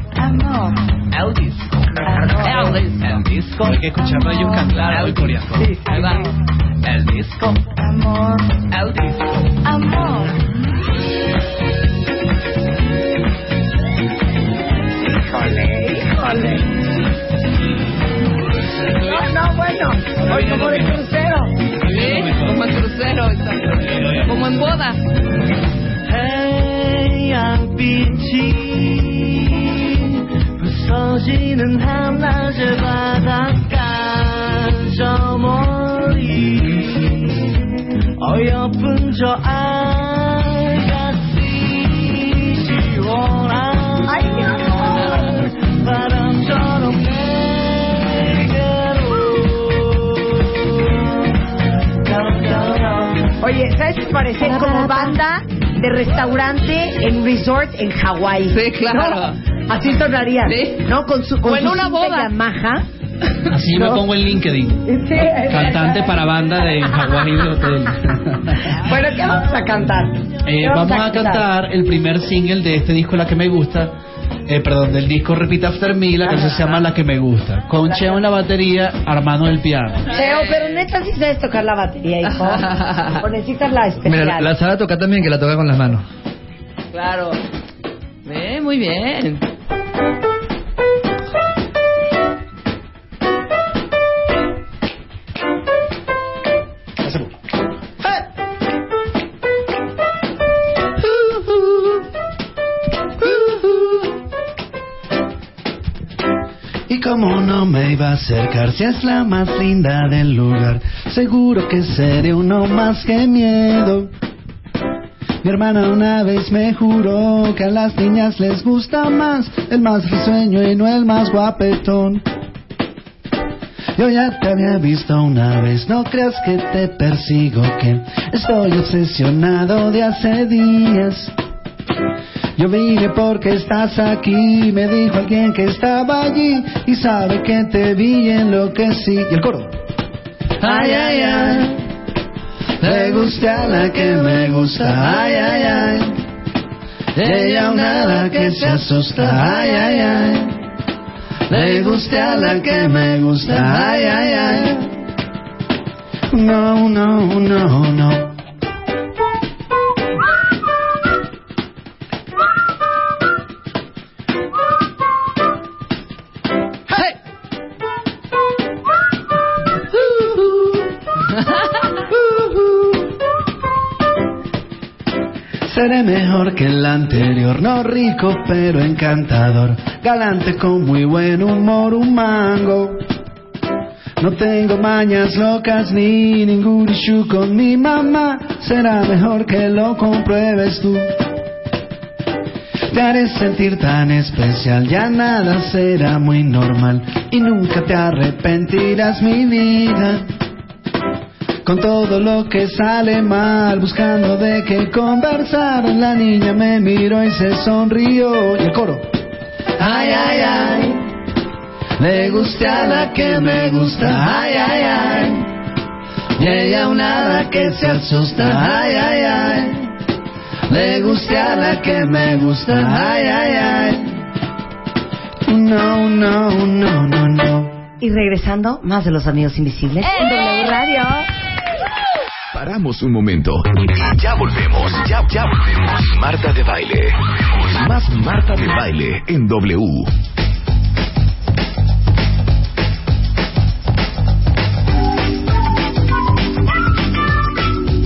Speaker 8: Elvis.
Speaker 2: El disco. Hay que escucharlo ellos cantar el coreano.
Speaker 8: Ahí va.
Speaker 2: El disco. El disco.
Speaker 6: No, no, bueno. Hoy como de crucero.
Speaker 8: Sí, Como en crucero, exacto. Como en boda.
Speaker 3: 빛이 부서지는 한낮의 바닷가 저 멀리 어여쁜 저 아가씨 시원한 바람처럼 내게로 떨어져
Speaker 6: Oye, ¿sabes qué parece? Como banda de restaurante en resort en Hawái.
Speaker 8: Sí, claro.
Speaker 6: ¿No? Así sonaría.
Speaker 8: Sí.
Speaker 6: ¿No? Con su con
Speaker 8: O en
Speaker 6: su
Speaker 8: una
Speaker 6: cinta
Speaker 8: boda.
Speaker 6: Yamaha.
Speaker 7: Así yo me pongo en LinkedIn. Cantante para banda de Hawái de Hotel.
Speaker 6: bueno, ¿qué vamos a cantar?
Speaker 7: Eh,
Speaker 6: ¿Qué
Speaker 7: vamos a cantar el primer single de este disco, La que me gusta. Eh, perdón, del disco Repeat After Me, la canción se llama La que me gusta. Con Cheo en la batería, Armando en el piano.
Speaker 6: Cheo, pero neta sí sabes tocar la batería, hijo. o necesitas la especial.
Speaker 9: Mira, la sabe tocar también, que la toca con las manos.
Speaker 8: Claro. Eh, muy bien.
Speaker 7: ¿Cómo no me iba a acercar si es la más linda del lugar? Seguro que seré uno más que miedo. Mi hermana una vez me juró que a las niñas les gusta más el más risueño y no el más guapetón. Yo ya te había visto una vez, no creas que te persigo, que estoy obsesionado de hace días. Yo vine porque estás aquí, me dijo alguien que estaba allí y sabe que te vi en lo que sí. Y el coro. Ay, ay, ay. Le guste a la que me gusta, ay, ay, ay. Ella una a la que se asusta, ay, ay, ay. Le guste a la que me gusta, ay, ay, ay. No, no, no, no. Seré mejor que el anterior, no rico pero encantador, galante con muy buen humor, un mango. No tengo mañas locas ni ningún issue con mi mamá, será mejor que lo compruebes tú. Te haré sentir tan especial, ya nada será muy normal y nunca te arrepentirás mi vida con todo lo que sale mal, buscando de qué conversar. La niña me miró y se sonrió. Y el coro. Ay, ay, ay. Le guste a la que me gusta. Ay, ay, ay. Y ella una a la que se asusta. Ay, ay, ay. Le guste a la que me gusta. Ay, ay, ay. No, no, no, no, no.
Speaker 6: Y regresando, más de los amigos invisibles. En W Radio.
Speaker 4: Paramos un momento y ya volvemos, ya, ya volvemos. Marta de Baile. Más Marta de Baile en W.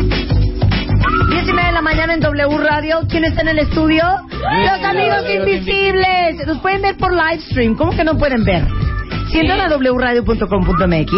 Speaker 6: Diez y media de la mañana en W Radio. ¿Quién está en el estudio? Los amigos invisibles. Los pueden ver por live stream. ¿Cómo que no pueden ver? Si entran a wradio.com.mx,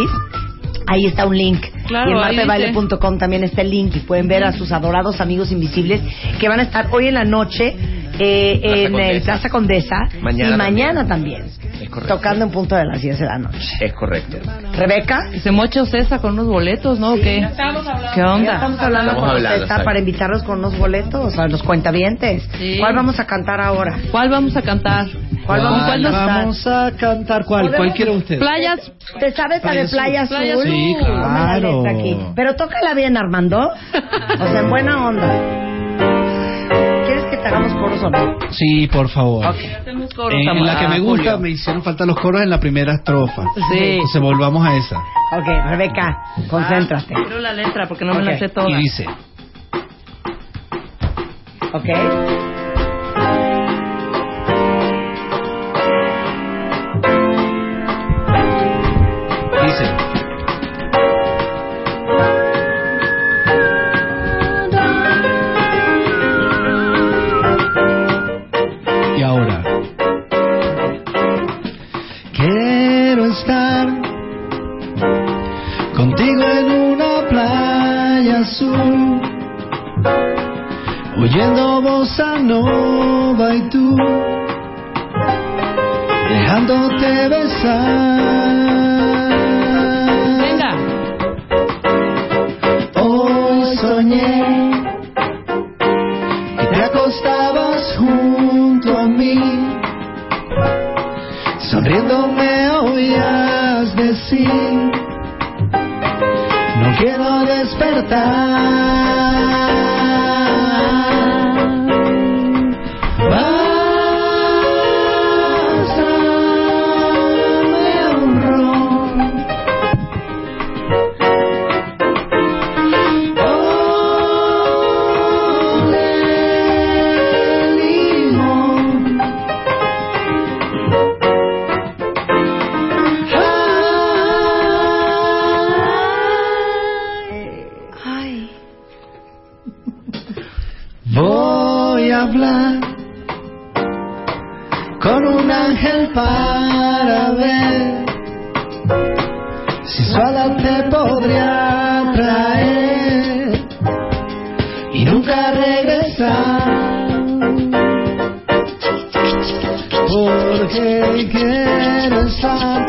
Speaker 6: ahí está un link.
Speaker 8: Claro,
Speaker 6: y en
Speaker 8: ahí dice.
Speaker 6: martadebaile.com también está el link y pueden ver a sus adorados amigos invisibles que van a estar hoy en la noche eh,
Speaker 2: Plaza
Speaker 6: en el Plaza
Speaker 2: Condesa.
Speaker 6: Condesa
Speaker 2: Mañana
Speaker 6: y mañana también,
Speaker 2: Es correcto.
Speaker 6: tocando en punto de las 10 de la noche.
Speaker 2: Es correcto.
Speaker 6: Rebeca,
Speaker 8: Se mocha César con unos boletos, ¿no? ¿O qué? ¿Qué
Speaker 6: Ya
Speaker 8: onda?
Speaker 6: estamos hablando
Speaker 2: Estamos
Speaker 6: con
Speaker 2: hablando,
Speaker 6: Ocesa
Speaker 2: exacto.
Speaker 6: para invitarlos con unos boletos a los cuentavientes.
Speaker 8: Sí.
Speaker 6: ¿Cuál vamos a cantar ahora?
Speaker 8: ¿Cuál vamos a cantar?
Speaker 6: ¿Cuál
Speaker 8: ¿Con
Speaker 6: vamos a
Speaker 8: cuál nos-
Speaker 6: cantar?
Speaker 7: Vamos a cantar cuál,
Speaker 6: Podemos-
Speaker 7: cualquiera de ustedes.
Speaker 8: Playas.
Speaker 6: ¿Te sabes la de Playa
Speaker 8: Playa
Speaker 6: Azul?
Speaker 8: Azul. Sí,
Speaker 6: Ponme la
Speaker 7: claro.
Speaker 6: letra aquí. Pero tócala bien, Armando. O sea, en buena onda. ¿Quieres que te hagamos coros o no?
Speaker 7: Sí, por favor.
Speaker 8: Hacemos
Speaker 7: En,
Speaker 8: coros,
Speaker 7: en la que me
Speaker 8: ah,
Speaker 7: gusta
Speaker 8: Julio.
Speaker 7: me hicieron falta los coros en la primera estrofa.
Speaker 8: Sí.
Speaker 7: Entonces volvamos a esa.
Speaker 6: Ok, Rebeca, concéntrate.
Speaker 8: Ah, quiero la letra porque no me
Speaker 6: Ok.
Speaker 8: la sé toda.
Speaker 7: Y dice,
Speaker 6: Ok.
Speaker 7: dice. Y ahora. Quiero estar contigo en una playa azul, oyendo bossa nova y tú, dejándote besar.
Speaker 8: Venga.
Speaker 7: Hoy soñé que te acostabas junto a mí, sonriendo me oías decir, no quiero despertar. Pásame un ron. Ole, limón. Voy a hablar con un ángel para para ver si su ala te podría atraer y nunca regresar. Porque quiero estar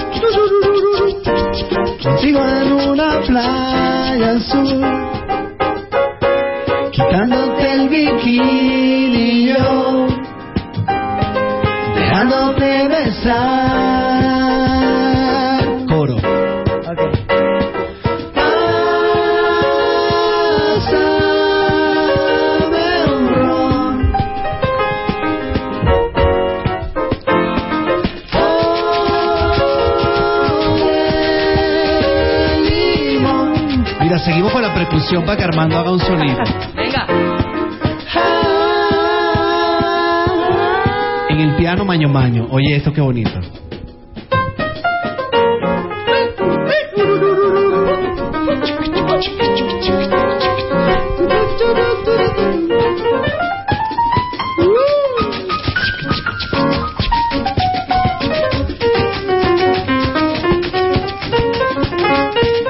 Speaker 7: contigo en una playa azul, quitándote el bikini yo, dejándote besar. Coro. Pásame un ron. Oh, Mira, seguimos con la percusión para que Armando haga un sonido.
Speaker 8: Venga.
Speaker 7: En el piano maño maño. Oye, esto qué bonito.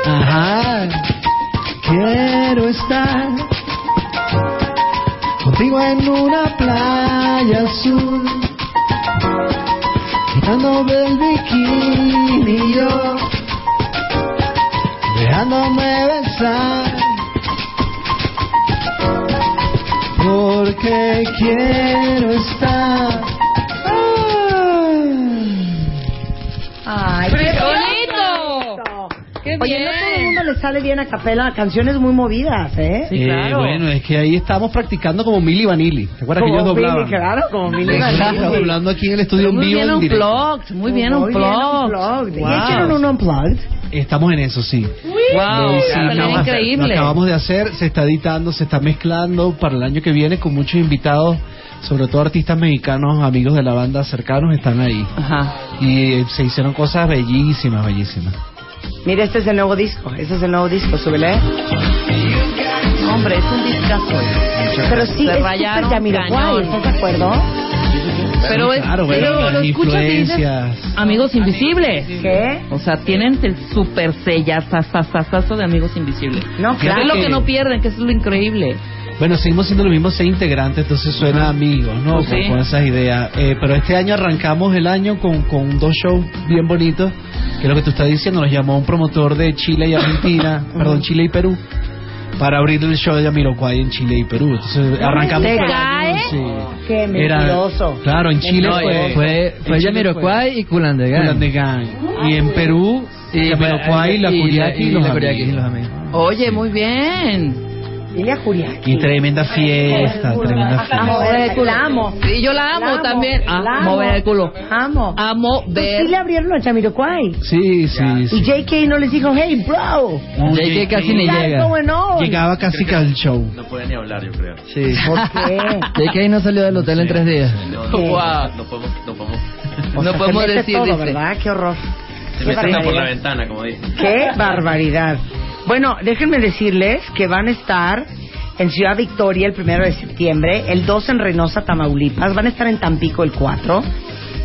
Speaker 7: Ajá. Quiero estar contigo en una playa azul, quitándome el bikini yo, dejándome besar, porque quiero estar. Ay.
Speaker 6: Ay,
Speaker 8: ¡Qué bonito! ¡Qué
Speaker 6: Oye, no todo el mundo le sale bien a capela, canciones muy movidas, ¿eh?
Speaker 8: Sí,
Speaker 7: Eh,
Speaker 8: claro.
Speaker 7: bueno, es que ahí estábamos practicando como Milly Vanilli. ¿Te acuerdas que
Speaker 6: Como
Speaker 7: ellos doblaban?
Speaker 6: Billy, claro, como Billy
Speaker 7: Exacto,
Speaker 6: Vanilli.
Speaker 7: doblando aquí en el estudio
Speaker 8: Pero
Speaker 7: en
Speaker 8: muy
Speaker 7: vivo.
Speaker 8: bien
Speaker 7: en
Speaker 8: un
Speaker 7: directo.
Speaker 8: plug, muy bien un plug.
Speaker 6: unplugged.
Speaker 7: Wow.
Speaker 6: ¿Ya hicieron un unplugged?
Speaker 7: Estamos en eso, sí.
Speaker 8: Wow,
Speaker 7: Sí,
Speaker 8: salió
Speaker 7: lo acabamos-
Speaker 8: increíble.
Speaker 7: Lo acabamos de hacer, se está editando, se está mezclando para el año que viene con muchos invitados, sobre todo artistas mexicanos, amigos de la banda cercanos, están ahí.
Speaker 8: Ajá.
Speaker 7: Y eh, se hicieron cosas bellísimas, bellísimas.
Speaker 6: Mira, este es el nuevo disco. Este es el nuevo disco, súbele. Hombre, es un discazo. Pero sí,
Speaker 8: Se
Speaker 6: es
Speaker 8: rayaron
Speaker 6: súper Jamiroquai,
Speaker 8: cañón.
Speaker 6: ¿estás de acuerdo?
Speaker 8: Pero es
Speaker 7: Claro, bueno,
Speaker 8: pero lo
Speaker 7: las
Speaker 8: escuchas y dices,
Speaker 7: influencias.
Speaker 8: Amigos invisibles.
Speaker 6: ¿Qué?
Speaker 8: O sea, tienen el super sellazazazazo de Amigos Invisibles.
Speaker 6: No,
Speaker 7: Claro
Speaker 8: es lo
Speaker 7: que-
Speaker 8: que no pierden, que es lo increíble.
Speaker 7: Bueno, seguimos siendo los mismos seis integrantes, entonces suena amigos, ¿no?
Speaker 8: Pues
Speaker 7: con,
Speaker 8: sí.
Speaker 7: con esas ideas. Eh, pero este año arrancamos el año con, con dos shows bien bonitos, que es lo que tú estás diciendo, nos llamó un promotor de Chile y Argentina, perdón, Chile y Perú, para abrir el show de Yamiroquai en Chile y Perú. Entonces arrancamos
Speaker 6: ¿Te
Speaker 7: con-
Speaker 6: cae?
Speaker 7: sí.
Speaker 6: Qué
Speaker 7: Era-
Speaker 6: mentiroso.
Speaker 7: claro, en Chile
Speaker 9: No, eh,
Speaker 7: fue,
Speaker 9: fue,
Speaker 7: en
Speaker 9: fue
Speaker 7: Chile
Speaker 9: Yamiroquai y
Speaker 7: fue
Speaker 9: Culandegan.
Speaker 7: Plan de Gang. Y en Perú,
Speaker 9: Y-
Speaker 7: Yamiroquai, La
Speaker 9: y- y-
Speaker 7: Curiaki y,
Speaker 9: y
Speaker 7: los
Speaker 9: La Curiaki y los
Speaker 7: amigos.
Speaker 8: Oye, muy bien.
Speaker 6: Dile a Julián.
Speaker 7: Y tremenda fiesta, tremenda
Speaker 6: A
Speaker 7: fiesta.
Speaker 6: mover el culo. La amo.
Speaker 8: Sí, yo la amo también. Ah,
Speaker 6: la
Speaker 8: mover
Speaker 6: amo,
Speaker 8: el culo.
Speaker 6: Amo.
Speaker 8: Amo
Speaker 6: Pues
Speaker 8: ver.
Speaker 6: sí le abrieron a Jamiroquai.
Speaker 7: Sí, sí, sí.
Speaker 6: Y JK no les dijo, hey, bro.
Speaker 7: Un
Speaker 9: JK casi ni
Speaker 6: That's
Speaker 9: llega.
Speaker 6: going on.
Speaker 7: Llegaba casi que al show.
Speaker 2: No podía ni hablar, yo creo.
Speaker 9: Sí.
Speaker 6: ¿Por Ah, qué?
Speaker 9: JK no salió del hotel en tres días.
Speaker 2: No,
Speaker 6: no,
Speaker 2: no, podemos, no podemos.
Speaker 6: O sea,
Speaker 8: No
Speaker 6: se
Speaker 8: podemos
Speaker 6: mete
Speaker 8: decir,
Speaker 6: todo,
Speaker 8: dice.
Speaker 6: ¿verdad? Qué horror.
Speaker 2: Se
Speaker 6: Qué
Speaker 2: meten por la
Speaker 6: barbaridad.
Speaker 2: ventana, como dicen.
Speaker 6: Qué barbaridad. Bueno, déjenme decirles que van a estar en Ciudad Victoria el primero de septiembre, el 2 en Reynosa, Tamaulipas, van a estar en Tampico el 4,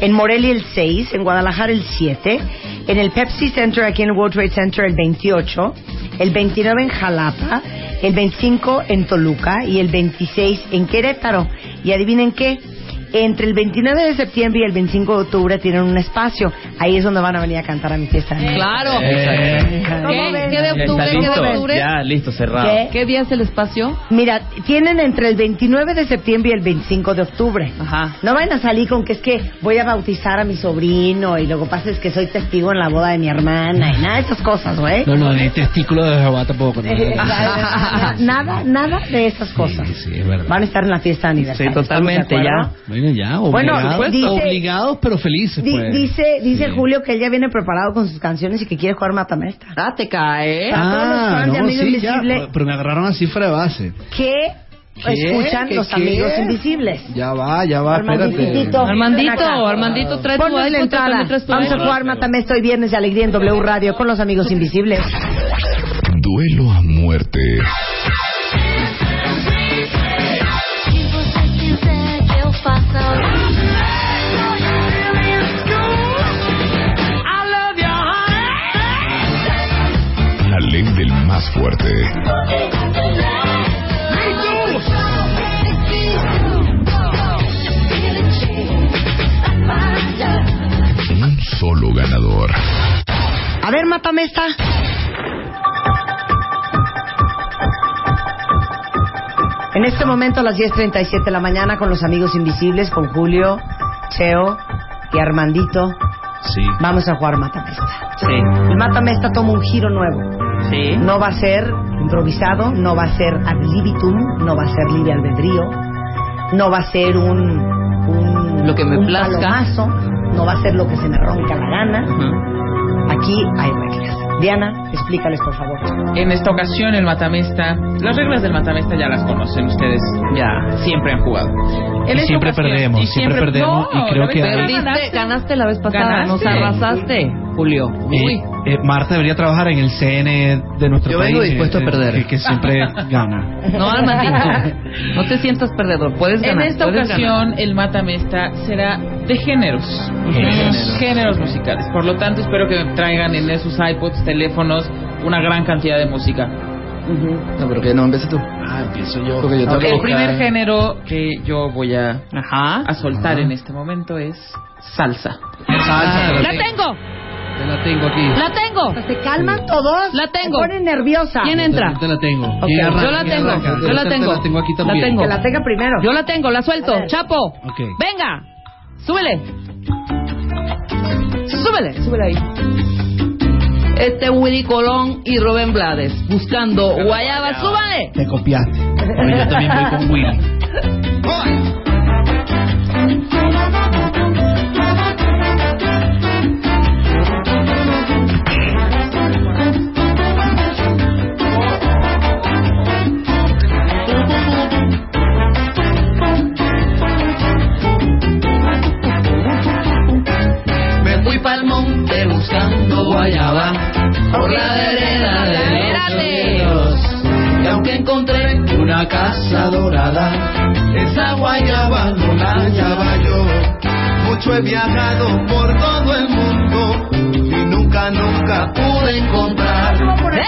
Speaker 6: en Morelia el 6, en Guadalajara el 7, en el Pepsi Center aquí en el World Trade Center el 28, el 29 en Jalapa, el 25 en Toluca y el 26 en Querétaro. Y adivinen qué, entre el 29 de septiembre y el 25 de octubre tienen un espacio. Ahí es donde van a venir a cantar a mi fiesta.
Speaker 8: Claro.
Speaker 2: Eh.
Speaker 6: ¿Cómo
Speaker 8: ¿Qué,
Speaker 6: ven?
Speaker 8: ¿Qué de
Speaker 2: Ya
Speaker 8: octubre?
Speaker 2: está
Speaker 8: ¿Qué
Speaker 2: listo,
Speaker 8: de octubre?
Speaker 2: ya listo, cerrado.
Speaker 6: ¿Qué?
Speaker 8: ¿Qué día es el espacio?
Speaker 6: Mira, tienen entre el 29 de septiembre y el 25 de octubre.
Speaker 8: Ajá.
Speaker 6: No van a salir con que es que voy a bautizar a mi sobrino y lo que pasa es que soy testigo en la boda de mi hermana y nada de esas cosas, eh? güey.
Speaker 7: No, no, ni testículo de Jehová tampoco. No,
Speaker 6: Eh, nada, nada de esas cosas.
Speaker 7: Sí, sí, es verdad.
Speaker 6: Van a estar en la fiesta de aniversario.
Speaker 8: Sí, totalmente,
Speaker 6: ¿estamos de acuerdo?
Speaker 7: Bueno, ya,
Speaker 6: Bueno,
Speaker 7: obligados,
Speaker 11: pues,
Speaker 6: dice-
Speaker 7: obligados pero felices.
Speaker 6: Di-
Speaker 7: Pues.
Speaker 6: dice dice Julio que él ya viene preparado con sus canciones y que quiere jugar matamesta.
Speaker 8: Ah, te cae.
Speaker 6: todos los
Speaker 7: Ah,
Speaker 6: fans de
Speaker 7: no,
Speaker 6: Amigo
Speaker 7: sí, ya,
Speaker 6: Invisible.
Speaker 7: pero- pero me agarraron así fuera de base.
Speaker 6: ¿Qué,
Speaker 7: ¿Qué?
Speaker 6: escuchan
Speaker 7: ¿Qué,
Speaker 6: los
Speaker 7: qué?
Speaker 6: amigos invisibles?
Speaker 7: Ya va, ya va,
Speaker 6: Armanditito.
Speaker 7: espérate.
Speaker 8: Armandito,
Speaker 6: Ven acá.
Speaker 8: Armandito, trae tu
Speaker 6: Ponnos la
Speaker 8: iPhone,
Speaker 6: entrada.
Speaker 8: trae tu
Speaker 6: Vamos a
Speaker 8: iPhone.
Speaker 6: jugar Mátame Estoy Viernes de Alegría en W Radio con los amigos invisibles.
Speaker 5: Duelo a muerte.
Speaker 12: Se você quiser que eu faça
Speaker 13: Un solo ganador.
Speaker 6: A ver, mátame esta. En este momento a las 10.37 de la mañana con los amigos invisibles, con Julio, Cheo y Armandito,
Speaker 11: Sí.
Speaker 6: vamos a jugar Mátame esta.
Speaker 11: Sí.
Speaker 6: El Mátame esta toma un giro nuevo.
Speaker 11: Sí.
Speaker 6: No va a ser improvisado, no va a ser ad libitum, no va a ser libre albedrío, no va a ser un, un
Speaker 8: Lo que me
Speaker 6: un
Speaker 8: plazca.
Speaker 6: palomazo, no va a ser lo que se me ronca la gana. Aquí hay reglas. Diana, explícales por favor.
Speaker 2: En esta ocasión el matamesta, las reglas del matamesta ya las conocen ustedes, ya siempre han jugado. En
Speaker 11: Y
Speaker 2: esta
Speaker 11: siempre
Speaker 2: ocasión-
Speaker 11: perdemos,
Speaker 2: y
Speaker 11: siempre perdemos,
Speaker 2: No,
Speaker 11: y creo
Speaker 2: la
Speaker 11: que
Speaker 2: vez
Speaker 11: hay-
Speaker 2: pasada
Speaker 8: Perdiste, ganaste la vez pasada, nos
Speaker 2: Ganaste.
Speaker 8: arrasaste, Julio. Uy.
Speaker 11: Eh, Marta debería trabajar en el CN de nuestro
Speaker 4: Yo
Speaker 11: país.
Speaker 4: vengo dispuesto a
Speaker 11: eh,
Speaker 4: perder.
Speaker 11: Que, que siempre gana.
Speaker 8: No, Armandito, no te sientas perdedor, puedes
Speaker 2: En
Speaker 8: ganar.
Speaker 2: esta
Speaker 8: puedes ganar.
Speaker 2: ocasión el matamesta será de géneros,
Speaker 8: Géneros.
Speaker 2: géneros musicales. Por lo tanto, espero que traigan en sus iPods, teléfonos, una gran cantidad de música.
Speaker 4: No, pero que no, empieza tú. Ah, empiezo yo. Porque yo tengo
Speaker 2: Ok,
Speaker 4: que
Speaker 2: el
Speaker 4: buscar-
Speaker 2: primer género que yo voy a, a soltar
Speaker 4: Ajá.
Speaker 2: en este momento es salsa.
Speaker 7: Ah,
Speaker 2: Ah,
Speaker 4: Salsa,
Speaker 8: Ah, La tengo,
Speaker 4: Te la tengo aquí.
Speaker 8: la tengo.
Speaker 6: ¿Se calman todos?
Speaker 8: La tengo.
Speaker 6: Se ponen nerviosa.
Speaker 8: ¿Quién entra?
Speaker 4: Yo te la tengo.
Speaker 8: Ok,
Speaker 4: ¿Quién arranca?
Speaker 8: yo la
Speaker 4: ¿Quién
Speaker 8: tengo,
Speaker 4: arranca?
Speaker 8: yo la
Speaker 4: Te
Speaker 8: tengo.
Speaker 4: La tengo aquí
Speaker 8: La
Speaker 4: también.
Speaker 8: tengo.
Speaker 6: Que la tenga primero.
Speaker 8: Yo la tengo, la suelto.
Speaker 6: A ver.
Speaker 8: Chapo,
Speaker 4: Ok.
Speaker 8: venga, súbele. Súbele, súbele ahí. Este Willy Colón y Rubén Blades buscando guayaba, súbale.
Speaker 11: Te copiaste. Pero yo también voy con Willy.
Speaker 7: Me fui pa'l monte buscando guayaba por la vereda de
Speaker 8: Espérate.
Speaker 7: los ríos. Y aunque encontré una casa dorada, esa guayaba no la hallaba yo. Mucho he viajado por todo el mundo y nunca, nunca pude encontrar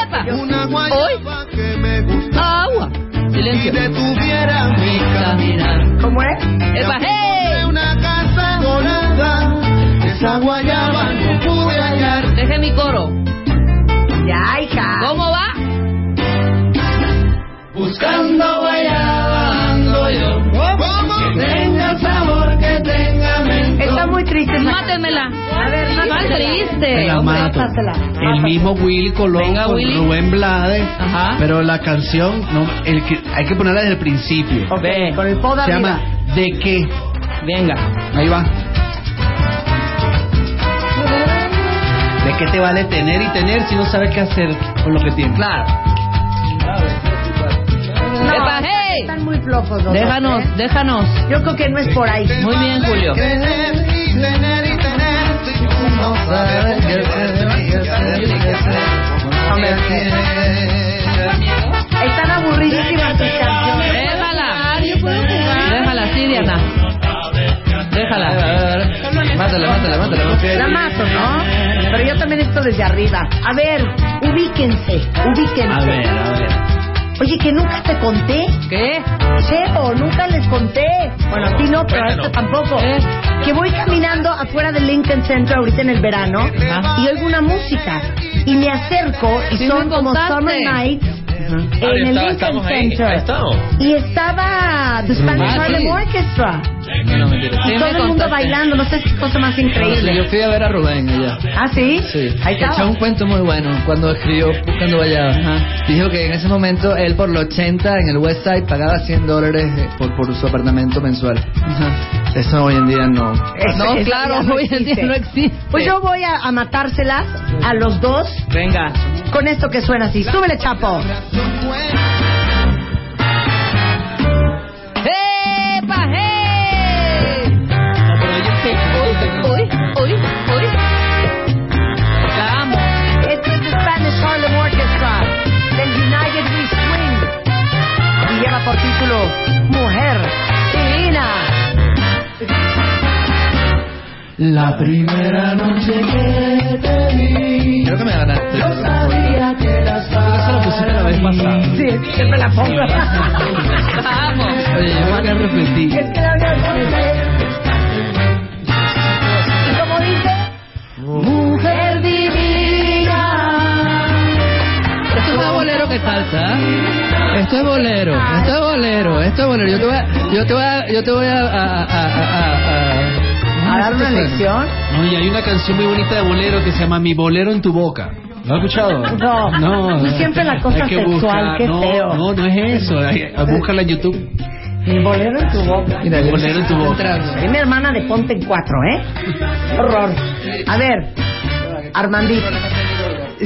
Speaker 8: Epa.
Speaker 7: una guayaba que me gustara
Speaker 8: Agua.
Speaker 7: y
Speaker 8: Silencio.
Speaker 7: detuviera mi caminar.
Speaker 6: ¿Cómo es?
Speaker 8: Epa,
Speaker 7: De
Speaker 8: hey.
Speaker 7: una casa dorada, esa guayaba no pude hallar.
Speaker 8: Deje mi coro.
Speaker 6: Ya, hija.
Speaker 8: ¿Cómo va?
Speaker 7: Buscando guayaba ando yo. Que tenga sabor, que tenga mento.
Speaker 6: Está muy triste. esa-
Speaker 8: Mátenmela.
Speaker 6: A ver,
Speaker 8: Mal
Speaker 6: mátenmela.
Speaker 8: triste.
Speaker 4: la
Speaker 8: hombre.
Speaker 4: mato.
Speaker 6: pásala,
Speaker 4: El
Speaker 6: pásala.
Speaker 4: mismo Willy Colón
Speaker 8: Venga,
Speaker 4: con
Speaker 8: Willy.
Speaker 4: Rubén Blades.
Speaker 8: Ajá.
Speaker 4: Pero la canción, no, el que, hay que ponerla desde el principio.
Speaker 6: Ok,
Speaker 2: Ve.
Speaker 6: Con el poda
Speaker 4: Se
Speaker 6: arriba.
Speaker 4: llama ¿De qué?
Speaker 2: Venga.
Speaker 4: Ahí va. ¿De qué te vale tener y tener si no sabes qué hacer con lo que tienes? Claro.
Speaker 6: No,
Speaker 8: Epa, hey.
Speaker 6: Están muy flojos. los dos, ¿eh?
Speaker 8: Déjanos, déjanos.
Speaker 6: Yo creo que no es por ahí.
Speaker 8: Muy bien, Julio.
Speaker 7: Tener y tener y tener. Si tú no sabes qué hacer, qué hacer.
Speaker 6: Están aburridísimas sus canciones.
Speaker 8: Déjala. Déjala, sí, Diana. Déjala.
Speaker 4: Mátala, mátala, mátala.
Speaker 6: La mato, ¿no? Pero yo también esto desde arriba. A ver, ubíquense, ubíquense.
Speaker 4: A ver, a ver.
Speaker 6: Oye, que nunca te conté,
Speaker 8: ¿Qué?
Speaker 6: Cheo, nunca les conté. Bueno, a ti no, pero a esto tampoco. Que voy caminando afuera del Lincoln Center ahorita en el verano
Speaker 8: Ajá.
Speaker 6: y oigo una música y me acerco y
Speaker 8: Sí me
Speaker 6: son como
Speaker 8: contaste.
Speaker 6: Summer Nights
Speaker 11: Ah,
Speaker 6: en el
Speaker 11: está-
Speaker 6: Lincoln
Speaker 11: estamos ahí, ahí
Speaker 6: Center.
Speaker 11: estamos.
Speaker 6: Y estaba The Spanish
Speaker 4: Ah,
Speaker 6: Harlem
Speaker 4: sí.
Speaker 6: Orchestra.
Speaker 4: No, mentira.
Speaker 8: Sí
Speaker 6: Y
Speaker 8: me
Speaker 6: todo el mundo
Speaker 8: contaste.
Speaker 6: bailando, no sé qué cosa
Speaker 8: Ah,
Speaker 6: más increíble.
Speaker 4: Yo fui a ver a Rubén allá.
Speaker 6: ¿Ah, sí?
Speaker 4: Sí,
Speaker 6: Ahí
Speaker 4: que echó
Speaker 6: estaba.
Speaker 4: un cuento muy bueno cuando escribió Buscando Vallada. Dijo que en ese momento él por los 80 en el website pagaba 100 dólares eh, por, por su apartamento mensual. Eso hoy en día no.
Speaker 6: Eso-
Speaker 8: No,
Speaker 6: eso
Speaker 8: claro,
Speaker 6: ya no
Speaker 8: hoy en día
Speaker 6: existe.
Speaker 8: no existe.
Speaker 6: Pues yo voy a, a matárselas a los dos
Speaker 2: Venga.
Speaker 6: con esto que suena así. Súbele, Chapo.
Speaker 8: ¡Epa, hey! Uy, uy, uy. La amo.
Speaker 6: Esto Este es The Spanish Harlem Orchestra del United We Swing. Y lleva por título Mujer Divina.
Speaker 4: La primera noche que te vi. Creo que me ganaste. Yo sabía que las Eso lo pusiste la vez pasada.
Speaker 13: qué me la pongo?
Speaker 8: Vamos.
Speaker 7: Oye, yo creo que arrepentí.
Speaker 6: Es que la vida es- Y como dice, mujer divina.
Speaker 7: Esto es más bolero que salsa. ¿eh? Esto es bolero, esto es bolero, esto es bolero. Yo te voy a, yo te voy a, yo te voy a, a- a- a- a- a-
Speaker 6: ¿A dar una
Speaker 7: Bueno.
Speaker 6: lección?
Speaker 2: No, y hay una canción muy bonita de bolero que se llama Mi bolero en tu boca. ¿Lo has escuchado?
Speaker 6: No.
Speaker 2: No.
Speaker 6: Tú siempre la cosa
Speaker 2: Hay que
Speaker 6: sexual,
Speaker 2: buscar-
Speaker 6: qué
Speaker 2: no,
Speaker 6: feo.
Speaker 2: No, no es eso. Hay- Búscala en YouTube.
Speaker 6: Mi bolero en tu boca.
Speaker 2: Mira, Mi bolero en tu boca.
Speaker 6: Es mi hermana de Ponte en Cuatro, ¿eh? Horror. A ver, Armandito.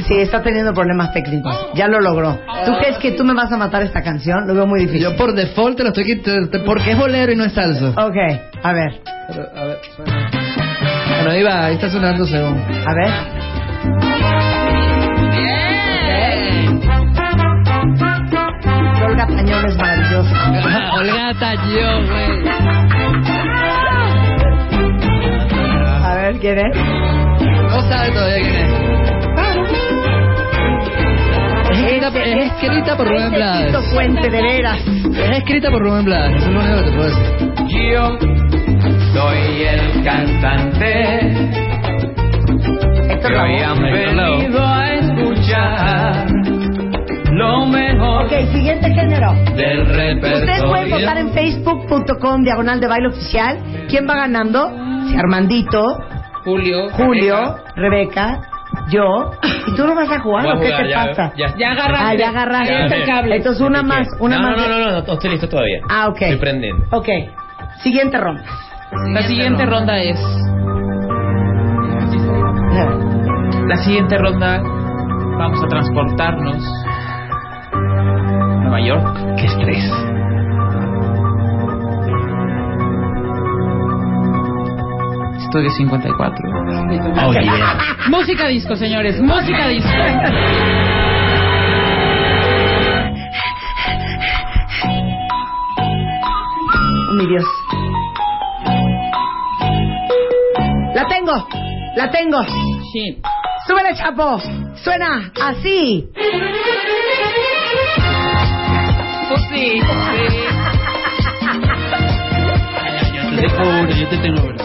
Speaker 6: Sí, está teniendo problemas técnicos. Ya lo logró. ¿Tú crees que tú me vas a matar esta canción? Lo veo muy difícil.
Speaker 7: Yo por default te lo estoy quitando porque es bolero y no es salsa.
Speaker 6: Ok, a ver.
Speaker 7: A ver, suena. Bueno, ahí va, ahí está sonando según.
Speaker 6: A ver.
Speaker 2: Eh.
Speaker 6: Olga Tañón es maravillosa.
Speaker 8: Olgata, yo, güey.
Speaker 6: A ver, ¿quién es?
Speaker 7: No sabe todavía quién es. Es escrita,
Speaker 6: Este,
Speaker 7: es escrita por Rubén
Speaker 6: Tito
Speaker 7: Blades.
Speaker 6: Puente, de veras.
Speaker 7: Es escrita por Rubén Blades, eso es lo único que te puedo decir.
Speaker 13: Yo soy el cantante
Speaker 6: Héctor
Speaker 13: que hoy han
Speaker 6: Lavoe.
Speaker 13: venido a escuchar lo mejor
Speaker 6: Ok, siguiente género.
Speaker 13: del
Speaker 6: Ustedes pueden
Speaker 13: repertorio.
Speaker 6: votar en facebook.com diagonal de baile oficial. ¿Quién va ganando? Si Armandito,
Speaker 14: Julio.
Speaker 6: Julio, Rebeca, yo. ¿Y tú no vas a jugar
Speaker 14: Voy a
Speaker 6: o qué
Speaker 14: jugar,
Speaker 6: te
Speaker 14: ya,
Speaker 6: pasa?
Speaker 14: ya.
Speaker 8: Ya agarraste.
Speaker 6: Ah, ya agarraste.
Speaker 14: Ya agarré.
Speaker 6: Entonces una más, una
Speaker 15: no,
Speaker 6: más.
Speaker 15: no, no, no, no, no estoy listo todavía.
Speaker 6: Ah, ok.
Speaker 15: Estoy prendiendo.
Speaker 6: Ok. Siguiente ronda.
Speaker 8: La siguiente ronda es.
Speaker 6: oh,
Speaker 14: La siguiente ronda vamos a transportarnos a Nueva York.
Speaker 15: Qué estrés.
Speaker 14: Estudio 54.
Speaker 15: Oye.
Speaker 8: Música disco, señores. Música disco.
Speaker 6: Mi Dios. La tengo. La tengo.
Speaker 8: Sí.
Speaker 6: Súbele, chapo. Suena así.
Speaker 8: Pues sí.
Speaker 2: Yo te tengo una, yo te tengo una.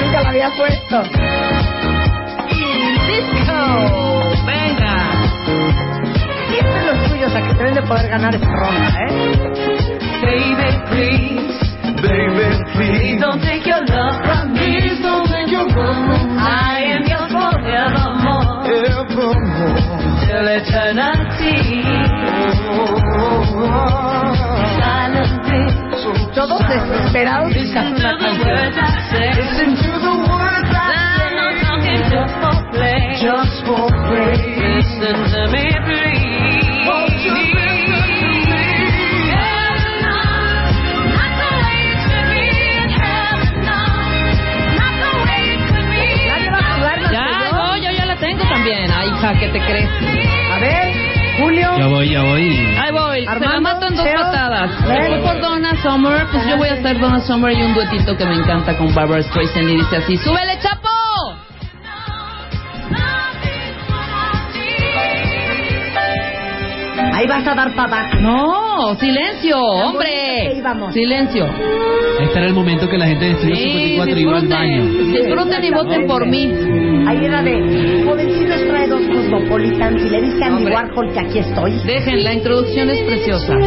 Speaker 6: Nunca la había puesto.
Speaker 8: Disco. Oh, Venga.
Speaker 6: Siempre los tuyos a que te deben de poder ganar esta ronda, ¿eh?
Speaker 13: Baby, please, baby, please don't take your love from me. Please don't take your love from I am yours forevermore, till eternity. Silently,
Speaker 6: Todos desesperados y
Speaker 13: listen to the words I say. Listen to the words I say. I'm not talking just for play. Just for play. Listen to me, please. Won't you listen to me? Heaven on, not the way it should be. And heaven on, not the way it could be.
Speaker 8: Ya, no, yo ya la tengo también. Ay, hija, ¿qué te crees?
Speaker 6: A ver, Julio.
Speaker 2: Ya voy, ya voy.
Speaker 8: Ahí voy. se la
Speaker 6: Armando,
Speaker 8: mato en dos
Speaker 6: Teo,
Speaker 8: patadas.
Speaker 6: Ven.
Speaker 8: Voy por Donna Summer. Pues yo voy a hacer Donna Summer y un duetito que me encanta con Barbara Streisand. Y dice así: ¡Súbele, chapo!
Speaker 6: Ahí vas a dar para abajo.
Speaker 8: No, silencio,
Speaker 6: bonito que
Speaker 8: hombre.
Speaker 6: íbamos.
Speaker 8: Silencio.
Speaker 2: Este era el momento que la gente de Estudio
Speaker 8: Sí,
Speaker 2: 54 iba al baño.
Speaker 8: disfruten. Disfruten y voten por mí.
Speaker 6: Ahí era de jovencitos trae dos cosmopolitans y le dice a mi
Speaker 8: Hombre.
Speaker 6: Warhol que aquí estoy.
Speaker 8: Dejen, la introducción es preciosa.
Speaker 13: It's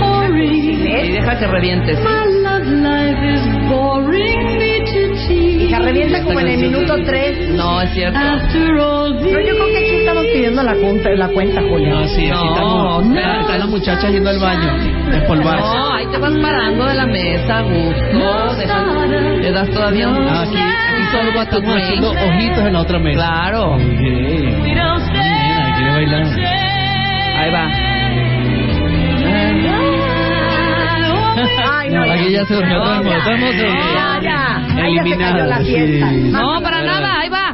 Speaker 13: pouring.
Speaker 6: ¿Eh?
Speaker 8: Y deja que revientes.
Speaker 13: My love life is boring me to tears.
Speaker 6: Se revienta como en el minuto 3.
Speaker 8: No, es cierto.
Speaker 6: Ah.
Speaker 13: After all
Speaker 6: Pero yo creo que aquí estamos pidiendo la, junta, la cuenta, Julio.
Speaker 2: No, Ah, sí, aquí
Speaker 8: No,
Speaker 2: estamos.
Speaker 8: no.
Speaker 2: Están las muchachas yendo al baño. Despolvarse.
Speaker 8: No, ahí te vas parando de la mesa, a gusto. dejas- Le das todavía un
Speaker 2: Ah, aquí, aquí
Speaker 8: algo a tu
Speaker 2: estamos haciendo
Speaker 8: drink.
Speaker 2: ojitos en la otra mesa.
Speaker 8: Claro.
Speaker 2: Muy bien. Muy bien, aquí le bailamos.
Speaker 8: Ahí va.
Speaker 6: Ay, no,
Speaker 7: Aquí ya se durmió todo el mundo, todo el mundo se
Speaker 6: No,
Speaker 7: durmió.
Speaker 6: ya. Ahí ya se cayó la
Speaker 2: Eliminado,
Speaker 6: fiesta.
Speaker 2: sí.
Speaker 8: No, para nada, ahí va.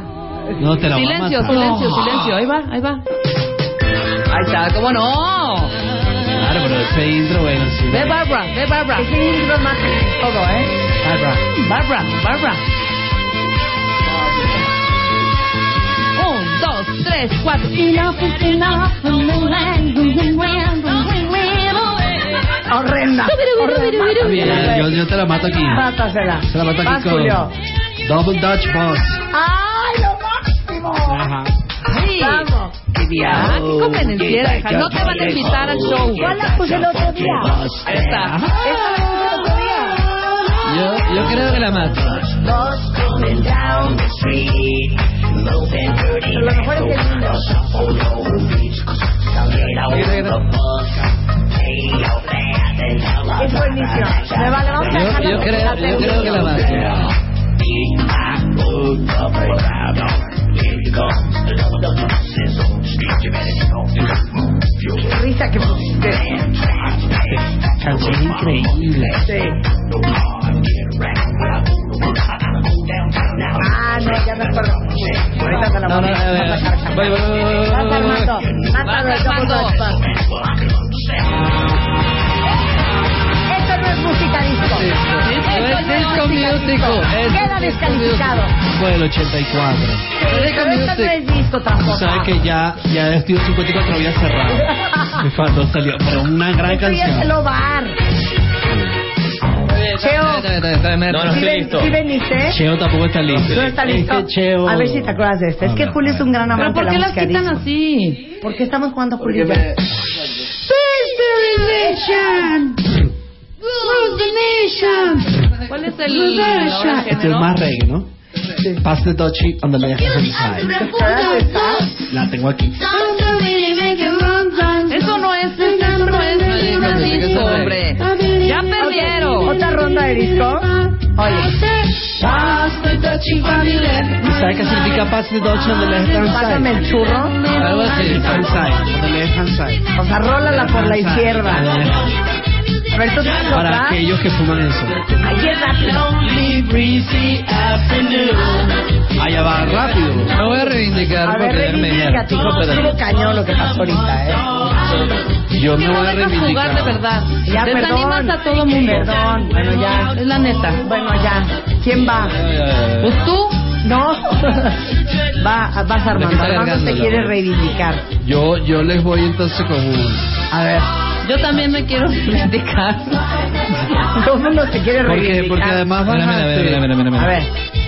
Speaker 2: No te la voy a
Speaker 8: Silencio,
Speaker 2: matar.
Speaker 8: silencio, silencio. Ahí va, ahí va. Ahí está, ¿cómo no?
Speaker 2: Claro, pero ese intro, bueno, sí.
Speaker 8: Ve Barbara, ve Barbara.
Speaker 6: Es un libro más que todo, ¿eh?
Speaker 2: Barbara.
Speaker 8: Barbara, Barbara. Un, dos, tres, cuatro.
Speaker 12: Enough is enough. The moonlight, boom, boom, wham, boom, wham, wham, oh.
Speaker 6: Horrenda.
Speaker 12: Horrenda.
Speaker 7: Bien, Ah, yo, yo te la mato aquí.
Speaker 6: Mátasela.
Speaker 7: Se la mato aquí
Speaker 6: Vas,
Speaker 7: con
Speaker 6: Julio.
Speaker 7: Double Dutch Boss.
Speaker 6: ¡Ay, lo máximo!
Speaker 8: Sí.
Speaker 6: Vamos.
Speaker 8: Ah, qué convenenciera, hija. No te van a invitar al show.
Speaker 6: Yo la puse pues, el otro día.
Speaker 8: Ahí está.
Speaker 6: Esa la puse el otro día.
Speaker 9: Yo, yo creo que la mato.
Speaker 6: Pero lo mejor es el niño. Es buenísimo. Me vale, vamos a
Speaker 9: Yo-
Speaker 6: dejarla
Speaker 9: yo
Speaker 6: porque
Speaker 9: creo-
Speaker 6: la
Speaker 9: yo creo que la
Speaker 6: tengo. Qué risa que pusiste.
Speaker 3: Canción increíble.
Speaker 6: Ah, no, ya me acuerdo. Ahorita te la
Speaker 9: No,
Speaker 6: voy
Speaker 9: no,
Speaker 6: a
Speaker 9: no, no, no.
Speaker 6: vas a sacar.
Speaker 9: Voy, voy, voy, voy, voy,
Speaker 6: Vas
Speaker 9: voy,
Speaker 6: armando. Vas
Speaker 8: Vas
Speaker 6: armando.
Speaker 8: armando.
Speaker 6: Esto no es música disco.
Speaker 8: Pues
Speaker 9: No
Speaker 6: Esto
Speaker 9: es disco musical. es
Speaker 6: Queda
Speaker 9: disco
Speaker 6: descalificado.
Speaker 9: musical.
Speaker 7: Fue del 84.
Speaker 6: Pero esto no es disco tampoco.
Speaker 7: Sabes que ya, ya estoy 54 había cerrado. Me faltó salió, pero una gran
Speaker 6: Esto ya se
Speaker 7: canción.
Speaker 6: lo va a dar. Cheo,
Speaker 7: No,
Speaker 6: ¿sí ven- ¿sí veniste?
Speaker 7: Cheo tampoco está listo.
Speaker 6: No está listo.
Speaker 7: Es que Cheo.
Speaker 6: A ver si te acuerdas de este. Es que Julio es un gran amante
Speaker 8: ¿Pero por
Speaker 6: de
Speaker 8: qué
Speaker 6: la
Speaker 8: las
Speaker 6: música
Speaker 8: quitan
Speaker 6: disco.
Speaker 8: así?
Speaker 6: ¿Por qué estamos jugando Julio?
Speaker 8: ¿Cuál es el ahora el
Speaker 7: Este es
Speaker 8: género?
Speaker 7: más reggae, ¿no? Pass the touchy on the left hand side. La tengo aquí.
Speaker 8: Eso no es, eso no es vibra disco, hombre. Ya perdieron.
Speaker 6: ¿Otra ronda de disco?
Speaker 7: ¿Y sabes qué significa pass the touchy on the left hand
Speaker 6: Pásame
Speaker 7: side?
Speaker 6: el churro.
Speaker 7: Algo así. Left hand side. On the left hand side.
Speaker 6: O sea, rólala por la izquierda. A ver, tú tienes
Speaker 7: Para
Speaker 6: otra.
Speaker 7: aquellos que fuman eso.
Speaker 6: Ahí es rápido.
Speaker 7: Allá va rápido.
Speaker 9: Me voy a reivindicar
Speaker 6: A
Speaker 9: por
Speaker 6: ver,
Speaker 9: tenerme
Speaker 6: reivindica, chico, pero estuvo cañón lo que pasó ahorita, ¿eh?
Speaker 7: Yo me
Speaker 8: No
Speaker 7: voy a
Speaker 8: dejas jugar de
Speaker 7: reivindicar.
Speaker 8: verdad.
Speaker 6: Ya,
Speaker 8: Desanimas
Speaker 6: perdón.
Speaker 8: a todo mundo.
Speaker 6: Perdón, bueno, ya.
Speaker 8: Es la neta.
Speaker 6: Bueno, ya. ¿Quién va?
Speaker 8: Pues tú,
Speaker 6: No. Va, vas
Speaker 9: Me
Speaker 6: Armando.
Speaker 9: está
Speaker 6: Armando te
Speaker 9: cargando,
Speaker 6: quiere
Speaker 9: la-
Speaker 6: reivindicar.
Speaker 9: Yo, yo les voy entonces con un...
Speaker 6: A ver.
Speaker 8: yo también me quiero reivindicar.
Speaker 6: ¿Cómo no te quiere
Speaker 9: Porque,
Speaker 6: reivindicar?
Speaker 9: porque además
Speaker 7: Mira,
Speaker 9: bajaste...
Speaker 7: mira, mira, mira, mira, mira.
Speaker 6: A ver.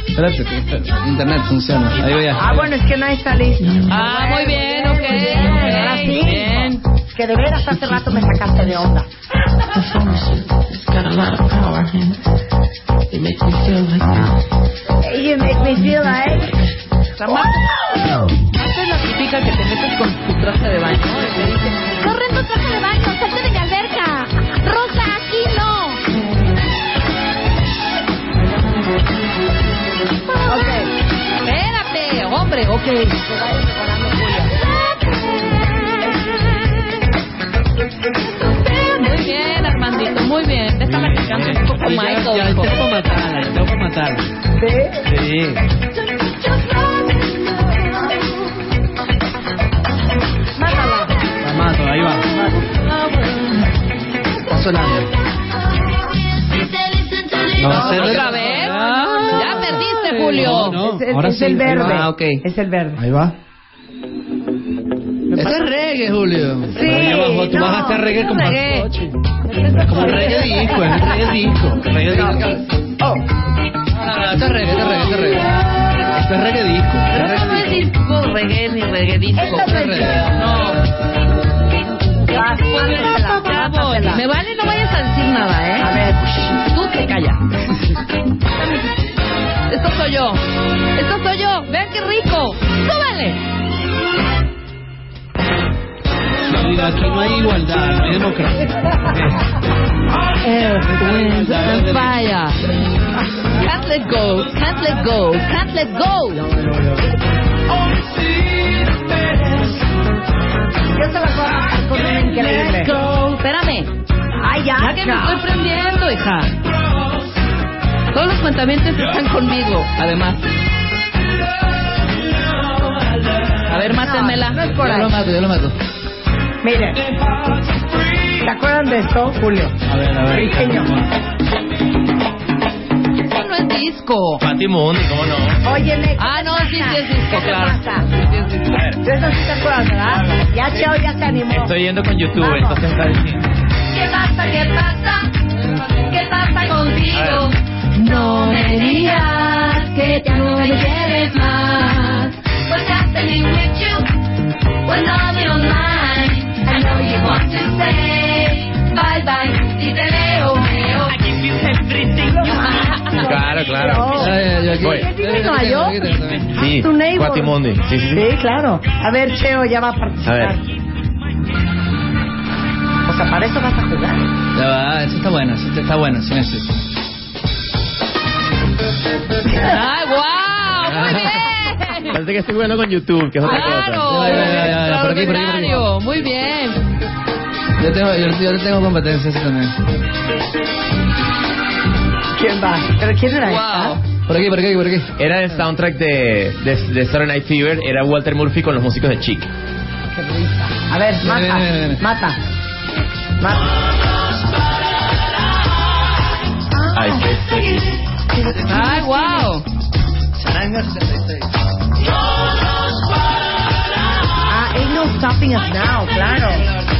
Speaker 9: Espérate, que
Speaker 7: eh,
Speaker 9: esto- internet funciona. Ahí voy a...
Speaker 6: Ah, bueno, es que nadie está listo.
Speaker 8: Ah, muy bien, ok.
Speaker 6: Ahora Ah, sí.
Speaker 8: Bien.
Speaker 6: Es que de veras hace rato me sacaste de onda. Hey, you make me feel like-
Speaker 8: Esta es la típica que te metes con tu traje de baño. y te dicen,
Speaker 12: Corre tu traje de baño, salte de mi alberca. Rosa, aquí no.
Speaker 6: Ok.
Speaker 8: Espérate, hombre, ok. Muy bien, Armandito, muy bien. Déjame que cante un poco Michael.
Speaker 7: Ya, ya,
Speaker 8: hijo.
Speaker 7: tengo que matarla, tengo que matarla.
Speaker 6: ¿Sí?
Speaker 7: Sí.
Speaker 6: Mátala.
Speaker 7: La mato, ahí va. Está sonando. No, se re-
Speaker 8: ¿Otra vez? Ya perdiste, Julio.
Speaker 7: Ah, No,
Speaker 6: Es, es-
Speaker 7: ahora
Speaker 6: es
Speaker 7: sí.
Speaker 6: el verde.
Speaker 9: Ah, ok.
Speaker 6: Es el verde.
Speaker 7: Ahí va.
Speaker 9: Esto es reggae, Julio.
Speaker 6: Sí.
Speaker 7: Ahí abajo, tú
Speaker 6: no,
Speaker 7: bajaste a reggae como
Speaker 8: Regué.
Speaker 7: como un reggae disco, es un reggae disco. Reggae disco. Oh.
Speaker 9: No, no, no, esto es reggae, esto es reggae, esto es reggae.
Speaker 7: Esto es reggae disco.
Speaker 8: Pero esto no es disco reggae ni reggae disco.
Speaker 6: Esta es reggae.
Speaker 8: No.
Speaker 6: Vas, mátasela,
Speaker 8: Bravo.
Speaker 6: mátasela.
Speaker 8: Me vale, no vayas a decir nada, ¿eh?
Speaker 6: A ver.
Speaker 7: pues,
Speaker 8: Tú te callas. Esto soy yo. Esto soy yo. Vean qué rico. ¡Súbale!
Speaker 7: Yo digo, aquí no hay igualdad, no hay democracia.
Speaker 8: On fire. Can't let go. Can't let go. Can't let go.
Speaker 6: Yo se las voy a matar con un increíble.
Speaker 8: Espérame.
Speaker 6: Ay, ya.
Speaker 8: Ya que me estoy prendiendo, hija. Todos los cuentamientos están conmigo, además. A ver, mátenmela.
Speaker 6: No, no es
Speaker 9: Yo
Speaker 6: coraje.
Speaker 9: lo mato, yo lo mato.
Speaker 6: Miren. ¿Se acuerdan de esto, Julio?
Speaker 7: A ver, a ver.
Speaker 6: Pequeño.
Speaker 8: Eso no es disco.
Speaker 2: Fati Mundi, ¿cómo no?
Speaker 6: Oye, Nick.
Speaker 8: Ah, no, sí, sí es disco,
Speaker 6: ¿Qué te
Speaker 8: claro.
Speaker 6: pasa?
Speaker 8: Sí, sí es
Speaker 6: De eso sí te acuerdas, ¿verdad? Ya Cheo ya se animó.
Speaker 16: Estoy yendo con YouTube, entonces está diciendo.
Speaker 13: ¿Qué pasa? ¿Qué pasa? ¿Qué pasa contigo? No me digas que ya no me quieres más. What's happening with you? What's on your mind? I know you want to say bye bye. Si te veo, veo. I give you everything you have.
Speaker 17: Claro, claro. Voy.
Speaker 6: ¿Vive en Nueva York?
Speaker 17: Sí,
Speaker 6: Tu neighbor.
Speaker 17: Cuatimundi. Sí, sí, sí.
Speaker 6: Sí, claro. A ver, Cheo ya va a
Speaker 17: A
Speaker 6: participar.
Speaker 17: ver.
Speaker 6: O sea, para eso vas a jugar.
Speaker 18: Ya va, eso está bueno, eso está bueno, sin eso.
Speaker 8: ¡Ay, wow! Ah,
Speaker 7: Ah,
Speaker 8: ¡Muy bien!
Speaker 17: Parece que estoy jugando con YouTube, que es otra
Speaker 8: ¡Claro!
Speaker 17: cosa.
Speaker 18: por aquí, por aquí, por aquí.
Speaker 8: Extraordinario. Muy bien.
Speaker 18: Yo tengo, yo, yo tengo competencia eso también.
Speaker 6: ¿Quién va? ¿Pero quién era esta?
Speaker 18: Por aquí, por aquí, por aquí.
Speaker 17: Era el soundtrack de, de, de Saturday Night Fever, era Walter Murphy con los músicos de Chic.
Speaker 6: Qué risa. A ver, mata, mata. Mata. Ah.
Speaker 17: Ahí está.
Speaker 8: ¡Ay, wow!
Speaker 18: Charanga 76.
Speaker 6: Ah, Ain't No Stopping Us Now, claro.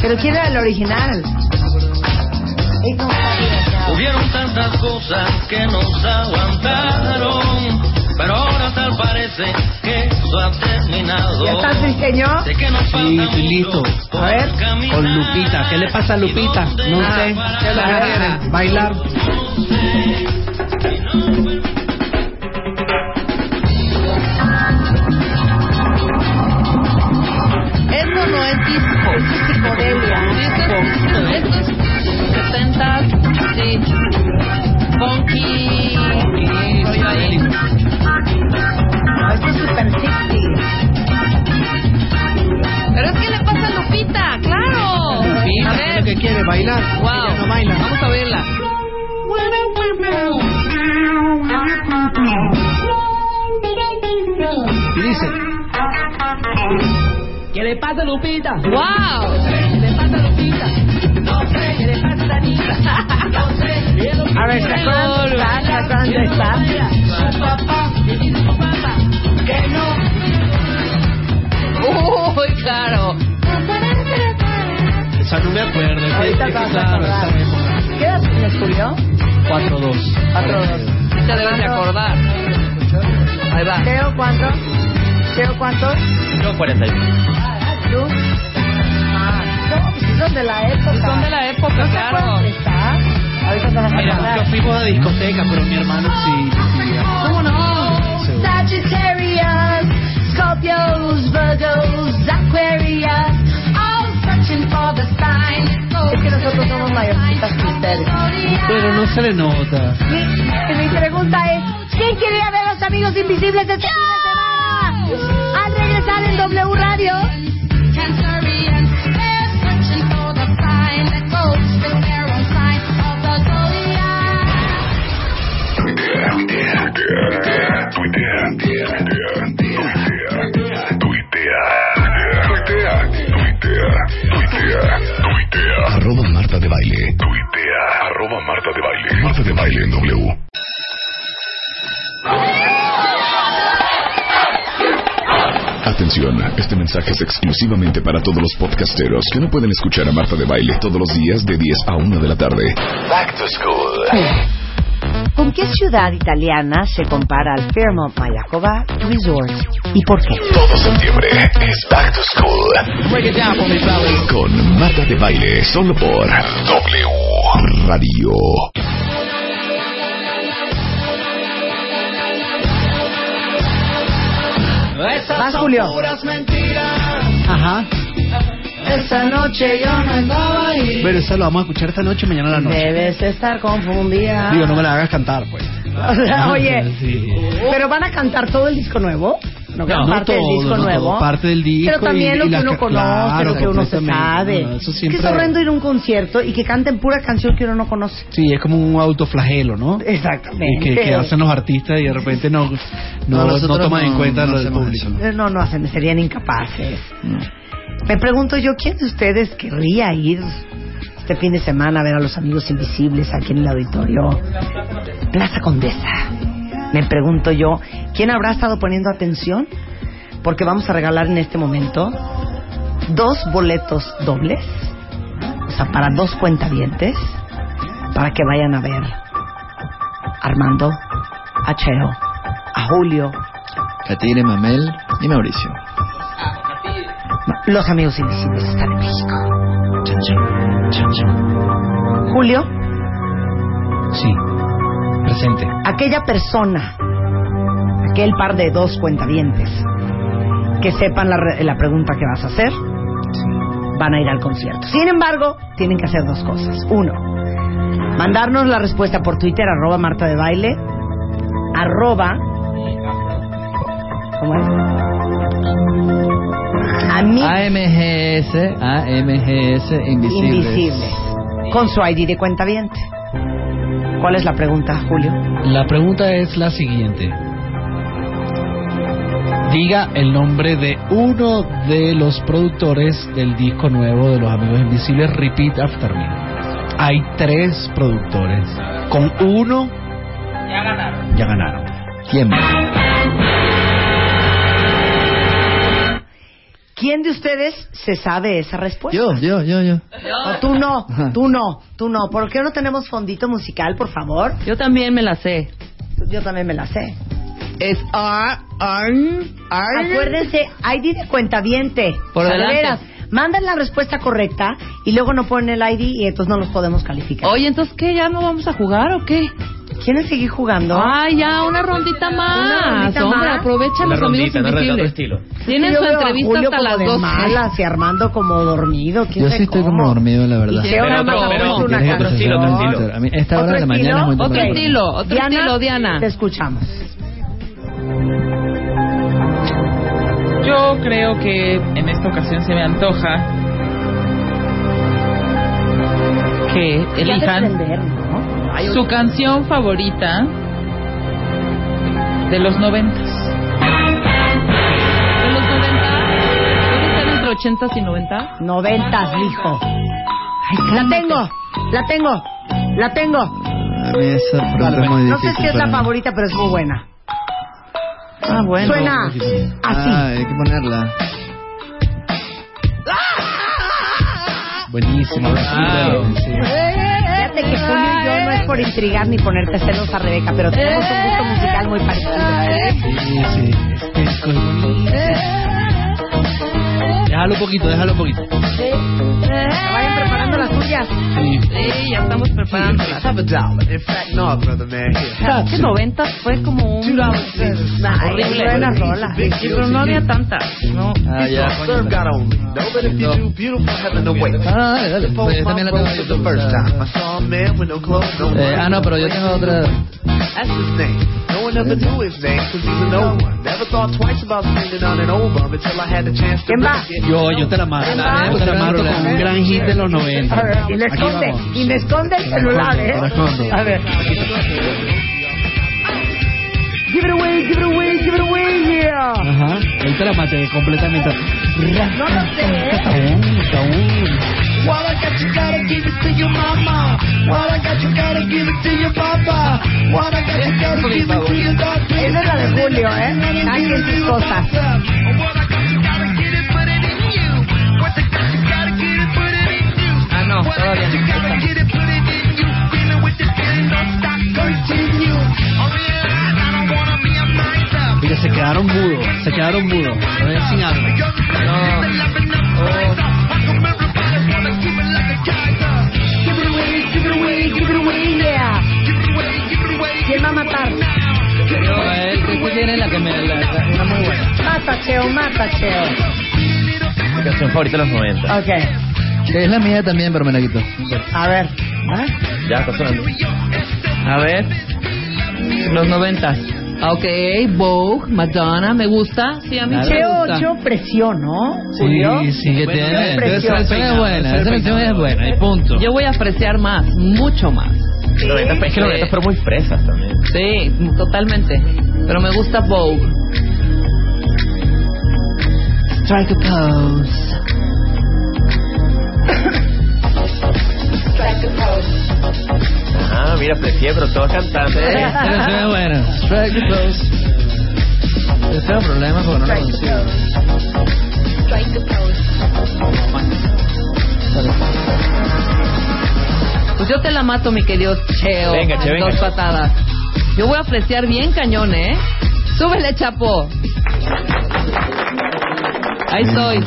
Speaker 6: Pero quién era el original. Ain't No Stopping Us Now.
Speaker 2: Hubieron tantas cosas que nos aguantaron, pero ahora tal parece que eso ha terminado.
Speaker 6: ¿Ya estás diseño?
Speaker 2: Sé que nos
Speaker 7: Sí,
Speaker 2: falta
Speaker 7: estoy listo.
Speaker 6: A ver.
Speaker 7: Con Lupita. ¿Qué le pasa a Lupita? No
Speaker 6: Ah,
Speaker 7: sé.
Speaker 6: ¿qué le
Speaker 7: Ajá.
Speaker 6: pasa?
Speaker 7: Bailar.
Speaker 6: Eso no es disco, eso es psicodelia.
Speaker 8: Esto es 70 sí. Funky. rollo ahí.
Speaker 6: No, Esto es super sexy.
Speaker 8: Pero es que le pasa a Lupita, claro.
Speaker 7: Lupita,
Speaker 8: a
Speaker 7: ¿qué es lo que quiere? Bailar.
Speaker 8: Wow.
Speaker 7: Ella no baila.
Speaker 8: Vamos a verla.
Speaker 7: Y dice.
Speaker 8: ¿Qué le pasa a Lupita? Wow. ¿Qué le pasa a Lupita? No sé. ¿Qué le pasa a Danita? No sé.
Speaker 6: A ver, ¿se acuerdan de esta? ¿Se acuerdan de esta?
Speaker 8: Su papá. ¿Qué dice su papá? Que no. Uy, claro.
Speaker 7: Esa no me acuerdo. ¿Qué-
Speaker 6: Ahorita
Speaker 7: qué-
Speaker 6: te vas a
Speaker 7: claro,
Speaker 6: acordar.
Speaker 7: esta época.
Speaker 6: ¿Qué edad tienes, Julio?
Speaker 7: 4-2.
Speaker 6: Cuatro, dos.
Speaker 8: Te debes de acordar. Ahí va.
Speaker 6: Teo, ¿cuánto? Teo, ¿cuánto?
Speaker 17: Yo 41.
Speaker 6: ¿Tú? Ah, no, pues son de la época.
Speaker 8: Son de la época,
Speaker 6: ¿No se
Speaker 8: claro.
Speaker 6: acuerdan de esta? Ahorita te vas a
Speaker 7: Mira,
Speaker 6: acordar.
Speaker 7: nosotros fuimos a discoteca, pero mi hermano sí. sí.
Speaker 6: ¿Cómo no?
Speaker 13: Sagittarius, Scorpios, Virgos, Aquarius, all searching for the sign.
Speaker 6: Es que nosotros somos mayorcitas que ustedes.
Speaker 7: Pero no se le nota.
Speaker 6: Mi, mi pregunta es, ¿quién quería ver a los amigos invisibles este fin de semana? Al regresar en W Radio.
Speaker 13: Cancerians, they're searching for the sign that goes with their own sign of the zodiac.
Speaker 4: Tuitea, tuitea, tuitea, tuitea, tuitea, tuitea, tuitea, tuitea.
Speaker 19: Arroba Marta de Baile. Tuitea. Arroba Marta de Baile. Marta de Baile en W. Atención, este mensaje es exclusivamente para todos los podcasteros que no pueden escuchar a Marta de Baile todos los días de 10 a 1 de la tarde. Back to school.
Speaker 6: ¿Con qué ciudad italiana se compara al Fairmont Mayakoba Resort? ¿Y por qué?
Speaker 4: Todo septiembre es Back to School. Con Marta de Baile, solo por W Radio.
Speaker 6: Vas, Julio.
Speaker 7: Ajá.
Speaker 6: Esa noche yo no andaba ahí.
Speaker 7: Pero esa lo vamos a escuchar esta noche y mañana a la noche.
Speaker 6: Debes estar confundida.
Speaker 7: Digo, no me la hagas cantar, pues.
Speaker 6: Oye,
Speaker 7: Sí.
Speaker 6: ¿pero van a cantar todo el disco nuevo? No,
Speaker 7: No,
Speaker 6: parte
Speaker 7: todo,
Speaker 6: del disco
Speaker 7: no
Speaker 6: nuevo.
Speaker 7: todo, parte del disco
Speaker 6: Pero también
Speaker 7: y-
Speaker 6: lo
Speaker 7: y
Speaker 6: que
Speaker 7: la
Speaker 6: uno
Speaker 7: ca-
Speaker 6: conoce,
Speaker 7: claro,
Speaker 6: lo que uno se
Speaker 7: completamente.
Speaker 6: sabe.
Speaker 7: No, eso
Speaker 6: Es que
Speaker 7: siempre-
Speaker 6: es horrendo ir a un concierto y que canten pura canción que uno no conoce.
Speaker 7: Sí, es como un autoflagelo, ¿no? Y
Speaker 6: Exactamente.
Speaker 7: que, que hacen los artistas y de repente no, no,
Speaker 18: No,
Speaker 7: no,
Speaker 18: nosotros
Speaker 7: toman en
Speaker 18: no-
Speaker 7: cuenta
Speaker 18: no
Speaker 7: lo del
Speaker 18: hacemos
Speaker 7: público.
Speaker 6: Eh, No, no hacen, serían incapaces. Me pregunto yo, ¿quién de ustedes querría ir este fin de semana a ver a los amigos invisibles aquí en el auditorio? Plaza Condesa. Me pregunto yo, ¿quién habrá estado poniendo atención? porque vamos a regalar en este momento dos boletos dobles, o sea, para dos cuentavientes, para que vayan a ver a Armando, a Cheo, a Julio,
Speaker 2: Catire, Mamel y Mauricio.
Speaker 6: los amigos invisibles están en México. Julio,
Speaker 7: Sí, presente.
Speaker 6: aquella persona, aquel par de dos cuentavientes que sepan la, re- la pregunta que vas a hacer, van a ir al concierto. Sin embargo, tienen que hacer dos cosas. Uno, mandarnos la respuesta por Twitter, arroba Marta de Baile, arroba... ¿Cómo es?
Speaker 2: AMGS, AMGS Invisibles.
Speaker 6: Invisible. Con su ID de cuenta ¿Cuál es la pregunta, Julio?
Speaker 7: La pregunta es la siguiente. Diga el nombre de uno de los productores del disco nuevo de Los Amigos Invisibles, Repeat After Me. Hay tres productores. Con uno
Speaker 20: Ya ganaron.
Speaker 7: ya ganaron. ¿Quién?
Speaker 6: ¿Quién de ustedes se sabe esa respuesta?
Speaker 2: Yo, yo, yo, yo.
Speaker 6: No, tú no, tú no, tú no. ¿Por qué no tenemos fondito musical, por favor?
Speaker 8: Yo también me la sé.
Speaker 6: Yo también me la sé.
Speaker 8: Es R,
Speaker 6: Acuérdense, ID de cuentaviente.
Speaker 8: Por
Speaker 6: O sea, de
Speaker 8: delante.
Speaker 6: veras, mandan la respuesta correcta y luego no ponen el ID y entonces no los podemos calificar.
Speaker 8: Oye, entonces, ¿qué? ¿Ya no vamos a jugar o qué?
Speaker 6: ¿Quieren seguir jugando?
Speaker 8: Ay, ya, una rondita más.
Speaker 6: Una rondita
Speaker 8: Hombre,
Speaker 6: más.
Speaker 8: aprovecha
Speaker 21: Una
Speaker 8: los amigos
Speaker 21: rondita, una rondita, otro
Speaker 8: invisibles.
Speaker 21: estilo.
Speaker 8: Tienen
Speaker 6: Yo
Speaker 8: su
Speaker 6: veo a
Speaker 8: entrevista
Speaker 6: Julio
Speaker 8: hasta
Speaker 6: como
Speaker 8: las
Speaker 6: de
Speaker 8: 12.
Speaker 6: malas y Armando como dormido. ¿quién
Speaker 2: Yo
Speaker 6: sabe
Speaker 2: sí estoy
Speaker 6: cómo?
Speaker 2: como dormido, la verdad.
Speaker 6: Y Cheo nada más ha puesto una
Speaker 2: Tienes que
Speaker 6: canción.
Speaker 2: procesar, tienes que procesar. A mí esta hora de la mañana es muy
Speaker 6: Ok.
Speaker 2: temprano.
Speaker 6: Diana, Te escuchamos.
Speaker 20: Yo creo que en esta ocasión se me antoja que elijan su canción favorita de los noventas.
Speaker 8: ¿En los 90? ¿Dónde están entre 80 y 90?
Speaker 6: Noventas, hijo. la tengo, la tengo, la tengo.
Speaker 2: A mí esa pregunta es muy
Speaker 6: No
Speaker 2: difícil.
Speaker 6: sé si es la
Speaker 2: para mí.
Speaker 6: favorita, pero es muy buena.
Speaker 2: Ah, bueno.
Speaker 6: Suena así.
Speaker 2: Ah, hay que ponerla. Buenísimo.
Speaker 6: Fíjate que Julio y yo no es por intrigar ni ponerte celos a Rebeca, pero tenemos un gusto musical muy parecido.
Speaker 7: Déjalo un poquito, déjalo un poquito.
Speaker 6: Vayan preparando las suyas.
Speaker 8: Sí, ya estamos preparándolas.
Speaker 22: No, brother, man.
Speaker 8: La noche 90 fue como un horrible.
Speaker 22: Buena
Speaker 8: rola. Pero no había tantas. No.
Speaker 2: Ah, ya.
Speaker 22: Serve God only. No, but if you do, beautiful heaven awaits.
Speaker 2: Ah, dale, dale. Pues, yo también la tengo
Speaker 22: The first time I saw a man with no clothes, no
Speaker 2: Eh, ah, no, pero yo tengo otra.
Speaker 22: That's his name. No one ever knew his name because he's a no one. Never thought twice about spending on an old bum until I had the chance to really get
Speaker 7: Yo, yo te la mando. Yo te la mando con un gran hit de los 90.
Speaker 6: A ver, ¿eh? y le
Speaker 7: Aquí
Speaker 6: esconde,
Speaker 7: vamos.
Speaker 6: y me esconde el celular, ¿eh?
Speaker 7: Te la escondo.
Speaker 6: A ver. Give it away, give it away, give it away, yeah.
Speaker 7: Ajá. Ahí te la maté completamente.
Speaker 6: No lo sé, ¿eh?
Speaker 22: What I got, you gotta give it to your mama. What I got, you gotta give it to your papa. What I got, you gotta give it to your doctor.
Speaker 6: Esa es la de Julio, ¿eh? Nadie en sus cosas.
Speaker 8: Ah, no, todavía
Speaker 7: Mira, se quedaron mudos. Se quedaron mudos. A ver, sin alma.
Speaker 2: oh,
Speaker 6: Give it away, give it away, give it away, yeah. ¿Quién va a matar?
Speaker 2: Yo, eh, tú- tú tienes la que me. La, la- una muy buena.
Speaker 6: Mata, Cheo, mata, Cheo.
Speaker 21: Mi canción favorita de los 90.
Speaker 6: Ok,
Speaker 2: Que es la mía también, pero me la Ah, quitó.
Speaker 6: a ver.
Speaker 21: Ya está sonando. A ver.
Speaker 8: Los 90. Ok, Vogue, Madonna, me gusta. Sí, a mí sí me
Speaker 6: Cheo,
Speaker 8: gusta.
Speaker 6: Cheo presionó.
Speaker 2: Sí, sí, que tiene.
Speaker 6: Impresión.
Speaker 2: Esa canción es buena, esa canción es buena, y punto.
Speaker 8: Yo voy a apreciar más, mucho más.
Speaker 21: Los 90 es que los 90 fueron muy fresas también.
Speaker 8: Sí, totalmente. Pero me gusta Vogue.
Speaker 2: Strike a pose.
Speaker 21: Ah, mira, Plesier, pero todos cantando.
Speaker 2: Esa canción es buena. Strike a pose.
Speaker 13: Yo tengo problemas porque no lo consigo.
Speaker 8: Pues yo te la mato, mi querido Cheo.
Speaker 2: Venga, Che,
Speaker 8: En
Speaker 2: venga.
Speaker 8: Dos patadas. Yo voy a fresear bien cañón, ¿eh? Súbele, chapo. Ahí estoy.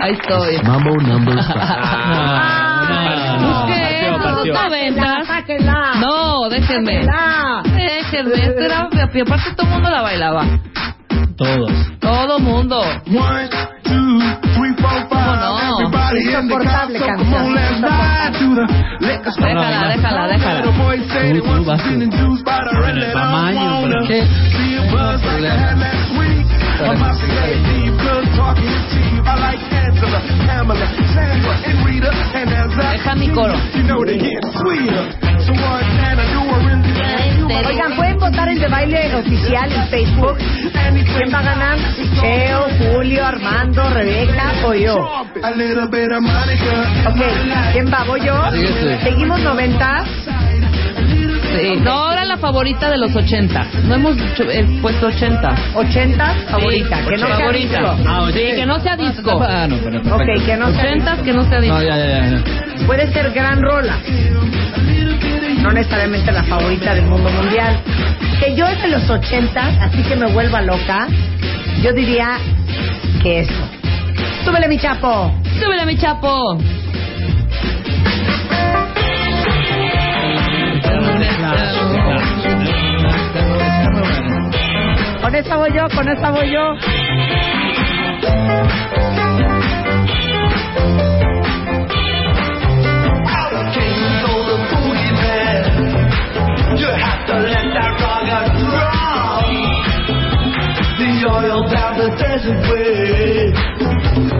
Speaker 8: Ahí estoy.
Speaker 23: Mambo number
Speaker 21: Ah,
Speaker 8: ¿Qué? ¿No son noventas? No, déjenme. Déjenme. Esta era- y aparte todo el mundo la bailaba.
Speaker 4: Todos.
Speaker 8: Todo mundo.
Speaker 4: One, two, three, four, five.
Speaker 8: no?
Speaker 4: Everybody in the car, so come on, let's ride to the liquor store.
Speaker 8: Déjala,
Speaker 7: Ah,
Speaker 8: déjala, déjala.
Speaker 4: The boys say they want some gin and juice, but I really don't wanna see a buzz like I had last week. I'm out to get deep, good talking to you. I like Angela, Pamela, Sandra, and Rita, and as I do, you know they get sweeter. So what can I do? I really can't do it.
Speaker 6: Oigan, pueden votar el de baile oficial en Facebook. ¿Quién va a ganar? Cheo, Julio, Armando, Rebeca o yo. Ok, ¿quién va? ¿Voy yo?
Speaker 8: Síguese.
Speaker 6: ¿Seguimos 90?
Speaker 8: Sí. No, ahora la favorita de los 80. No hemos dicho- eh, puesto 80.
Speaker 6: 80 favorita,
Speaker 8: Sí,
Speaker 6: que no sea
Speaker 8: favorita.
Speaker 6: disco.
Speaker 8: Ah, sí, que no sea disco.
Speaker 13: Ah, no,
Speaker 7: pues
Speaker 13: pero perfecto.
Speaker 6: Ok, que no sea
Speaker 8: 80,
Speaker 6: disco.
Speaker 8: que no sea disco.
Speaker 13: No, ya, ya, ya. ya.
Speaker 6: Puede ser gran rola. No necesariamente la favorita del mundo mundial. Que yo es de los 80, así que me vuelva loca. Yo diría que eso. Súbele, mi chapo.
Speaker 8: Súbele, mi chapo.
Speaker 6: Con esta voy yo, con esta voy yo.
Speaker 4: You have to let that rock and roll. The oil down the desert way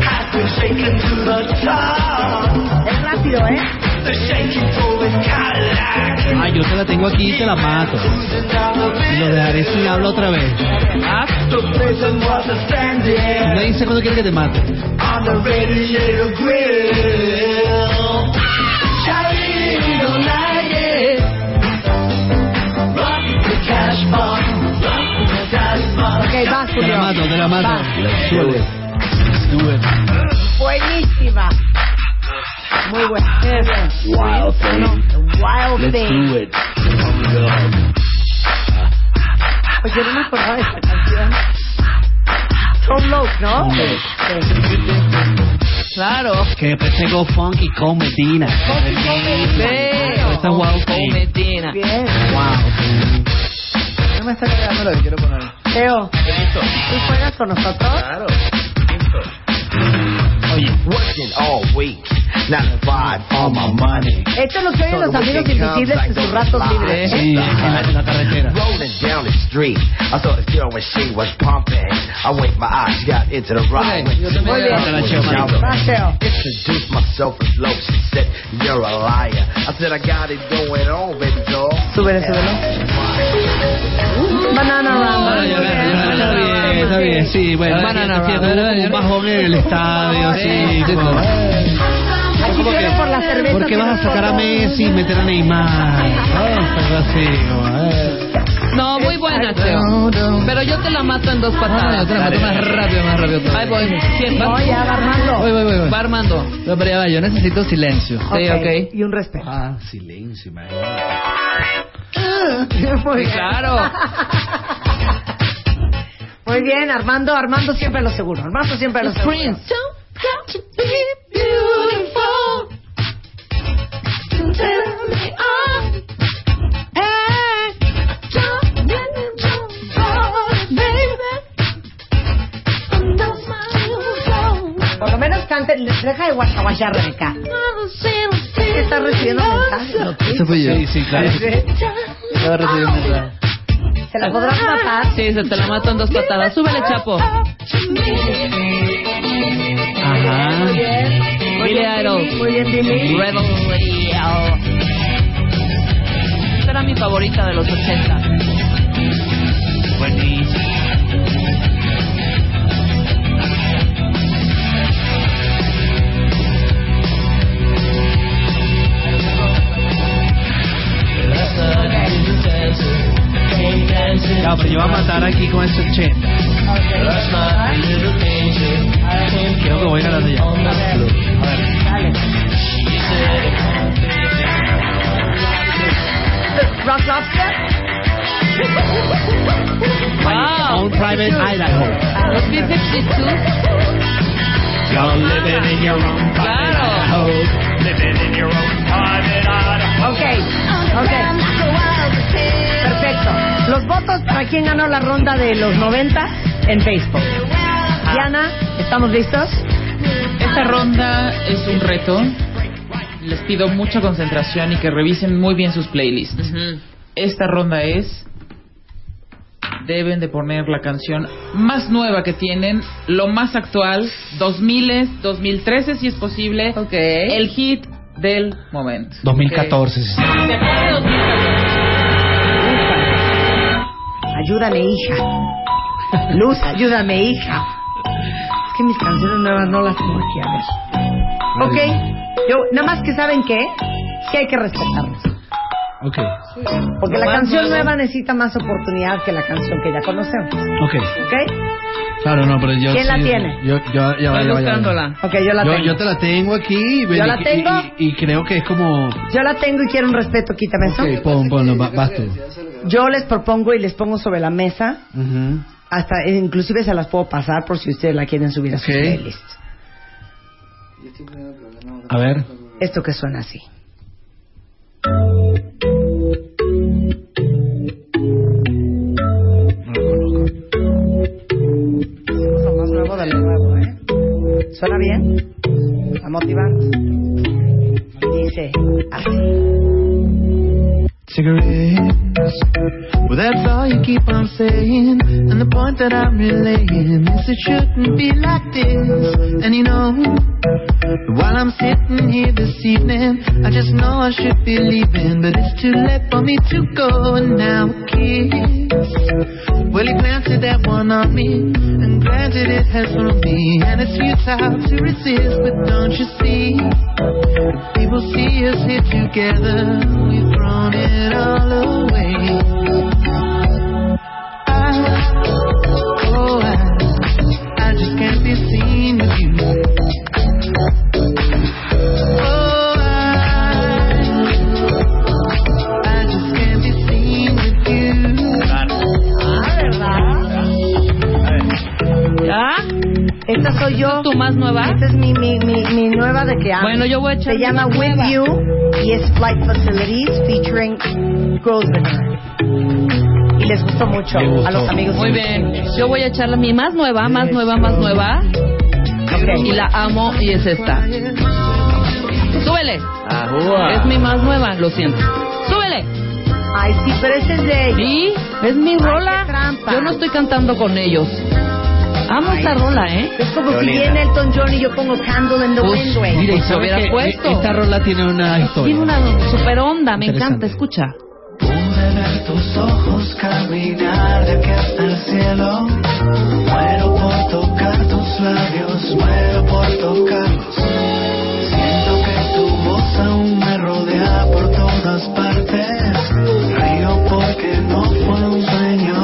Speaker 4: has been shaken to the top.
Speaker 6: Es rápido, ¿eh?
Speaker 4: The shaking going Cadillac.
Speaker 7: Ah, yo te la tengo aquí y te la mato. Y lo dejaré sin habla otra vez.
Speaker 4: The prison was a standing
Speaker 7: Me dice cuando quiere que te mate.
Speaker 4: on the radiator grill. Charlie, you don't like it. Rock the cash box. Rock the cash box.
Speaker 6: Ok, vas,
Speaker 7: Te la
Speaker 6: Julio.
Speaker 7: mato, te la mato.
Speaker 6: Vas.
Speaker 7: Súbele. Súbele.
Speaker 6: Buenísima. Muy buena.
Speaker 4: Wild thing.
Speaker 6: Wild
Speaker 4: Let's
Speaker 6: thing.
Speaker 4: do it. Oh my God.
Speaker 6: Oye, Pues no me acordaba de esta canción. Tom Locke, ¿no?
Speaker 8: Claro.
Speaker 7: Que después tengo funky con Medina.
Speaker 8: Sí.
Speaker 7: Esa es Wild
Speaker 8: Con
Speaker 7: Thing.
Speaker 8: Medina.
Speaker 7: Wow.
Speaker 13: No me está cargando lo que quiero poner.
Speaker 6: Teo, ¿tú juegas con nosotros? Claro.
Speaker 4: Oye, working all week. Not to vibe all my money.
Speaker 6: Esto es lo que oyen los amigos invisibles en sus ratos libres.
Speaker 4: Sí,
Speaker 7: en la carretera.
Speaker 4: Rolling down the street, I saw this girl and she was pumping. I winked my eyes, got into the ride.
Speaker 13: Ok, yo también
Speaker 4: Went
Speaker 13: voy a-
Speaker 4: down to the shower. Introduced myself as low. She said, You're a liar. I said, I got it going on, baby doll.
Speaker 6: Súbele, súbele. Uh, Banana Rama.
Speaker 7: Está bien, está bien, sí, bueno.
Speaker 6: Banana
Speaker 7: sí,
Speaker 6: Rama.
Speaker 7: hubo Un bajón en el estadio, sí. como-
Speaker 6: Aquí viene por la cerveza.
Speaker 7: ¿Por qué vas a sacar a Messi y meter a Neymar? Ah, pero así, como, eh.
Speaker 8: No, muy buena, Cheo. Pero yo te la mato en dos patadas.
Speaker 13: yo te la mato más rápido, más rápido.
Speaker 8: Ahí voy. ¿Quién va?
Speaker 6: No, ya va Armando.
Speaker 13: Voy, voy, voy. voy.
Speaker 8: Va Armando.
Speaker 13: No, pero ya va, yo necesito silencio.
Speaker 8: Sí,
Speaker 6: Y un respeto.
Speaker 7: Ah, silencio, man.
Speaker 6: Muy bien.
Speaker 8: claro.
Speaker 6: Muy bien, Armando. Armando siempre lo seguro. Armando siempre lo seguro.
Speaker 8: Prince.
Speaker 6: Por lo menos cante, les deja de guachaguachar, Rebeca. Estás recibiendo mensajes. ¿no?
Speaker 13: Eso fui yo.
Speaker 7: Sí, sí, claro.
Speaker 13: Estaba recibiendo un mensaje.
Speaker 6: ¿Se la podrás matar?
Speaker 8: Sí, se te la mato en dos patadas. Súbele, chapo.
Speaker 7: Ajá.
Speaker 8: Billy Idol.
Speaker 6: Muy bien, Timmy.
Speaker 8: Revelry. Esta era mi favorita de los 80.
Speaker 7: Ya, pero yo voy a matar aquí con ese 80.
Speaker 6: Ok.
Speaker 7: in Idaho.
Speaker 8: Los B-52.
Speaker 4: You're living in your own private
Speaker 7: oh.
Speaker 13: Oh.
Speaker 4: Idaho. Living in your own private Idaho.
Speaker 6: Ok, ok. Perfecto. Los votos para quien ganó la ronda de los 90 en Facebook. Diana, ¿estamos listos?
Speaker 24: Esta ronda es un reto. Les pido mucha concentración y que revisen muy bien sus playlists. Esta ronda es... Deben de poner la canción más nueva que tienen, lo más actual, 2000, 2013 si es posible, el hit del momento.
Speaker 7: 2014. sí.
Speaker 6: Ayúdame, hija. Luz, ayúdame, hija. Es que mis canciones nuevas no las tengo aquí, a ver. Ok, yo, nada más que saben qué, que hay que respetarnos.
Speaker 7: Ok,
Speaker 6: Porque la
Speaker 7: Lo más
Speaker 6: canción
Speaker 7: nuevo.
Speaker 6: nueva necesita más oportunidad que la canción que ya conocemos.
Speaker 7: ok.
Speaker 6: ¿Ok?
Speaker 7: Claro, no, pero yo.
Speaker 6: ¿Quién la
Speaker 7: sí-
Speaker 6: tiene?
Speaker 7: Yo, yo, ya va, ya va, ya va.
Speaker 6: Ok, yo la
Speaker 7: Yo-
Speaker 6: tengo.
Speaker 7: yo te la tengo aquí. y-
Speaker 6: ¿Yo la
Speaker 7: y-
Speaker 6: tengo?
Speaker 7: Y, y creo que es como.
Speaker 6: Yo la tengo y quiero un respeto, quítame eso.
Speaker 7: Ok, pon, ponlo, va- vas tú.
Speaker 6: Yo les propongo y les pongo sobre la mesa, hasta eh, inclusive se las puedo pasar por si ustedes la quieren subir a sus playlists.
Speaker 7: A ver.
Speaker 6: Esto que suena así. Hacemos lo más nuevo de lo nuevo, ¿eh? ¿Suena bien? ¿Está motivante? Dice así.
Speaker 4: Cigarettes. Well, that's all you keep on saying. And the point that I'm relaying is it shouldn't be like this. And you know, while I'm sitting here this evening, I just know I should be leaving. But it's too late for me to go now, kiss. Well, he planted that one on me. And granted, it has on me. And it's futile to resist, but don't you see? People see us here together. We've thrown it all away. I, oh, I, I just can't be seen with you. Oh, I, I just can't be seen with you.
Speaker 6: "Ah, ¿Ya? Esta soy yo. ¿Tu más nueva? Esta es mi, mi, mi, mi nueva de que amo.
Speaker 8: Bueno, yo voy a echar
Speaker 6: Se
Speaker 8: mi
Speaker 6: llama
Speaker 8: nueva.
Speaker 6: With You y es Flight Facilities featuring Grossman. Y les gustó mucho a los amigos.
Speaker 8: Muy bien. Yo voy a echar la- mi más nueva, más nueva, más nueva. Y la amo y es esta. Súbele. Es mi más nueva, lo siento. Súbele.
Speaker 6: Ay, sí, pero ese es de ellos.
Speaker 8: Sí, es mi rola. Yo no estoy cantando con ellos. Amo
Speaker 6: Ay.
Speaker 8: esta rola, ¿eh?
Speaker 6: Es como
Speaker 8: Qué
Speaker 6: si
Speaker 8: linda.
Speaker 6: viene Elton John y yo pongo Candle in the
Speaker 8: Pues,
Speaker 6: Wind, güey.
Speaker 8: mira, y
Speaker 6: Pues,
Speaker 8: se hubiera
Speaker 6: ¿sabes qué?
Speaker 8: puesto.
Speaker 7: Esta rola tiene una
Speaker 8: Tiene
Speaker 7: historia.
Speaker 8: una super onda, me encanta,
Speaker 7: Interesante.
Speaker 8: escucha.
Speaker 4: Pude ver tus ojos caminar de aquí hasta el cielo. Muero por tocar tus labios, muero por tocarlos. Siento que tu voz aún me rodea por todas partes. Río porque no fue un sueño.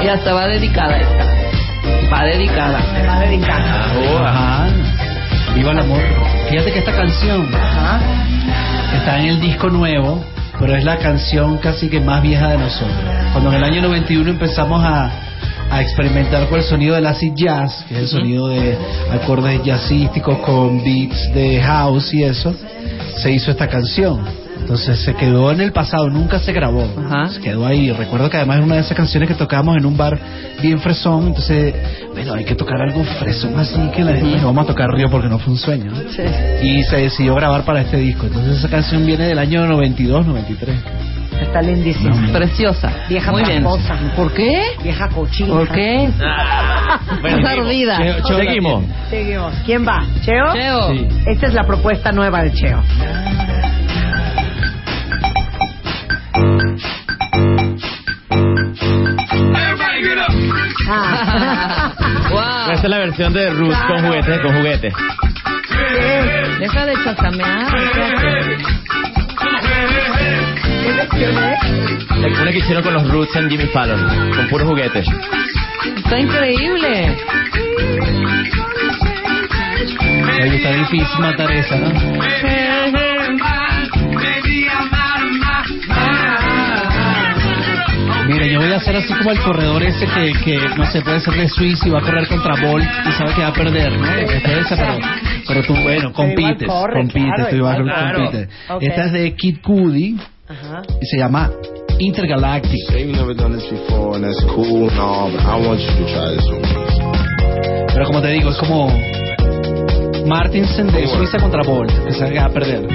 Speaker 8: Y hasta va dedicada esta. Va dedicada.
Speaker 6: Va dedicada.
Speaker 7: Ajá. Viva el amor. Fíjate que esta canción está en el disco nuevo, pero es la canción casi que más vieja de nosotros. Cuando en el año 91 empezamos a, a experimentar con el sonido del acid jazz, que es el sonido de acordes jazzísticos con beats de house y eso, se hizo esta canción. Entonces se quedó en el pasado, nunca se grabó. Se quedó ahí. Recuerdo que además es una de esas canciones que tocábamos en un bar bien fresón. Entonces, bueno, hay que tocar algo fresón así que la gente, vamos a tocar Río porque no fue un sueño. ¿no? Y se decidió grabar para este disco. Entonces esa canción viene del año 92, 93.
Speaker 6: Está lindísima.
Speaker 8: Preciosa.
Speaker 6: Vieja
Speaker 8: Muy bien.
Speaker 6: tramposa.
Speaker 8: ¿Por qué?
Speaker 6: Vieja cochina.
Speaker 8: ¿Por qué?
Speaker 6: Bueno,
Speaker 8: Estás ardida.
Speaker 6: Cheo- Cheo
Speaker 2: Seguimos.
Speaker 6: Seguimos. ¿Quién va? ¿Cheo?
Speaker 8: Cheo. Sí.
Speaker 6: Esta es la propuesta nueva de Cheo. Ah.
Speaker 2: Esta es la versión de Ruth con juguetes, con juguetes.
Speaker 8: Deja de chasamear.
Speaker 2: Una que hicieron con los Roots en Jimmy Fallon, con puros juguetes.
Speaker 8: Está increíble.
Speaker 7: Oye, está difícil matar esa, ¿no?
Speaker 4: Baby, I'm out of my mind.
Speaker 7: que yo voy a hacer así como el corredor ese que, que no sé, puede ser de Suiza y va a correr contra Bolt y sabe que va a perder, ¿no? Este es, pero, pero tú, bueno, compites,
Speaker 2: corre,
Speaker 7: compites,
Speaker 2: claro,
Speaker 7: tú igual
Speaker 2: igual, claro.
Speaker 7: compites.
Speaker 2: Ok.
Speaker 7: Esta es de Kid Cudi y se llama Intergalactic.
Speaker 4: You've never done this before, and that's cool and all, but I want you to try this with me.
Speaker 7: Pero como te digo, es como Martinsen de Suiza contra Bolt, que sabe que va a perder.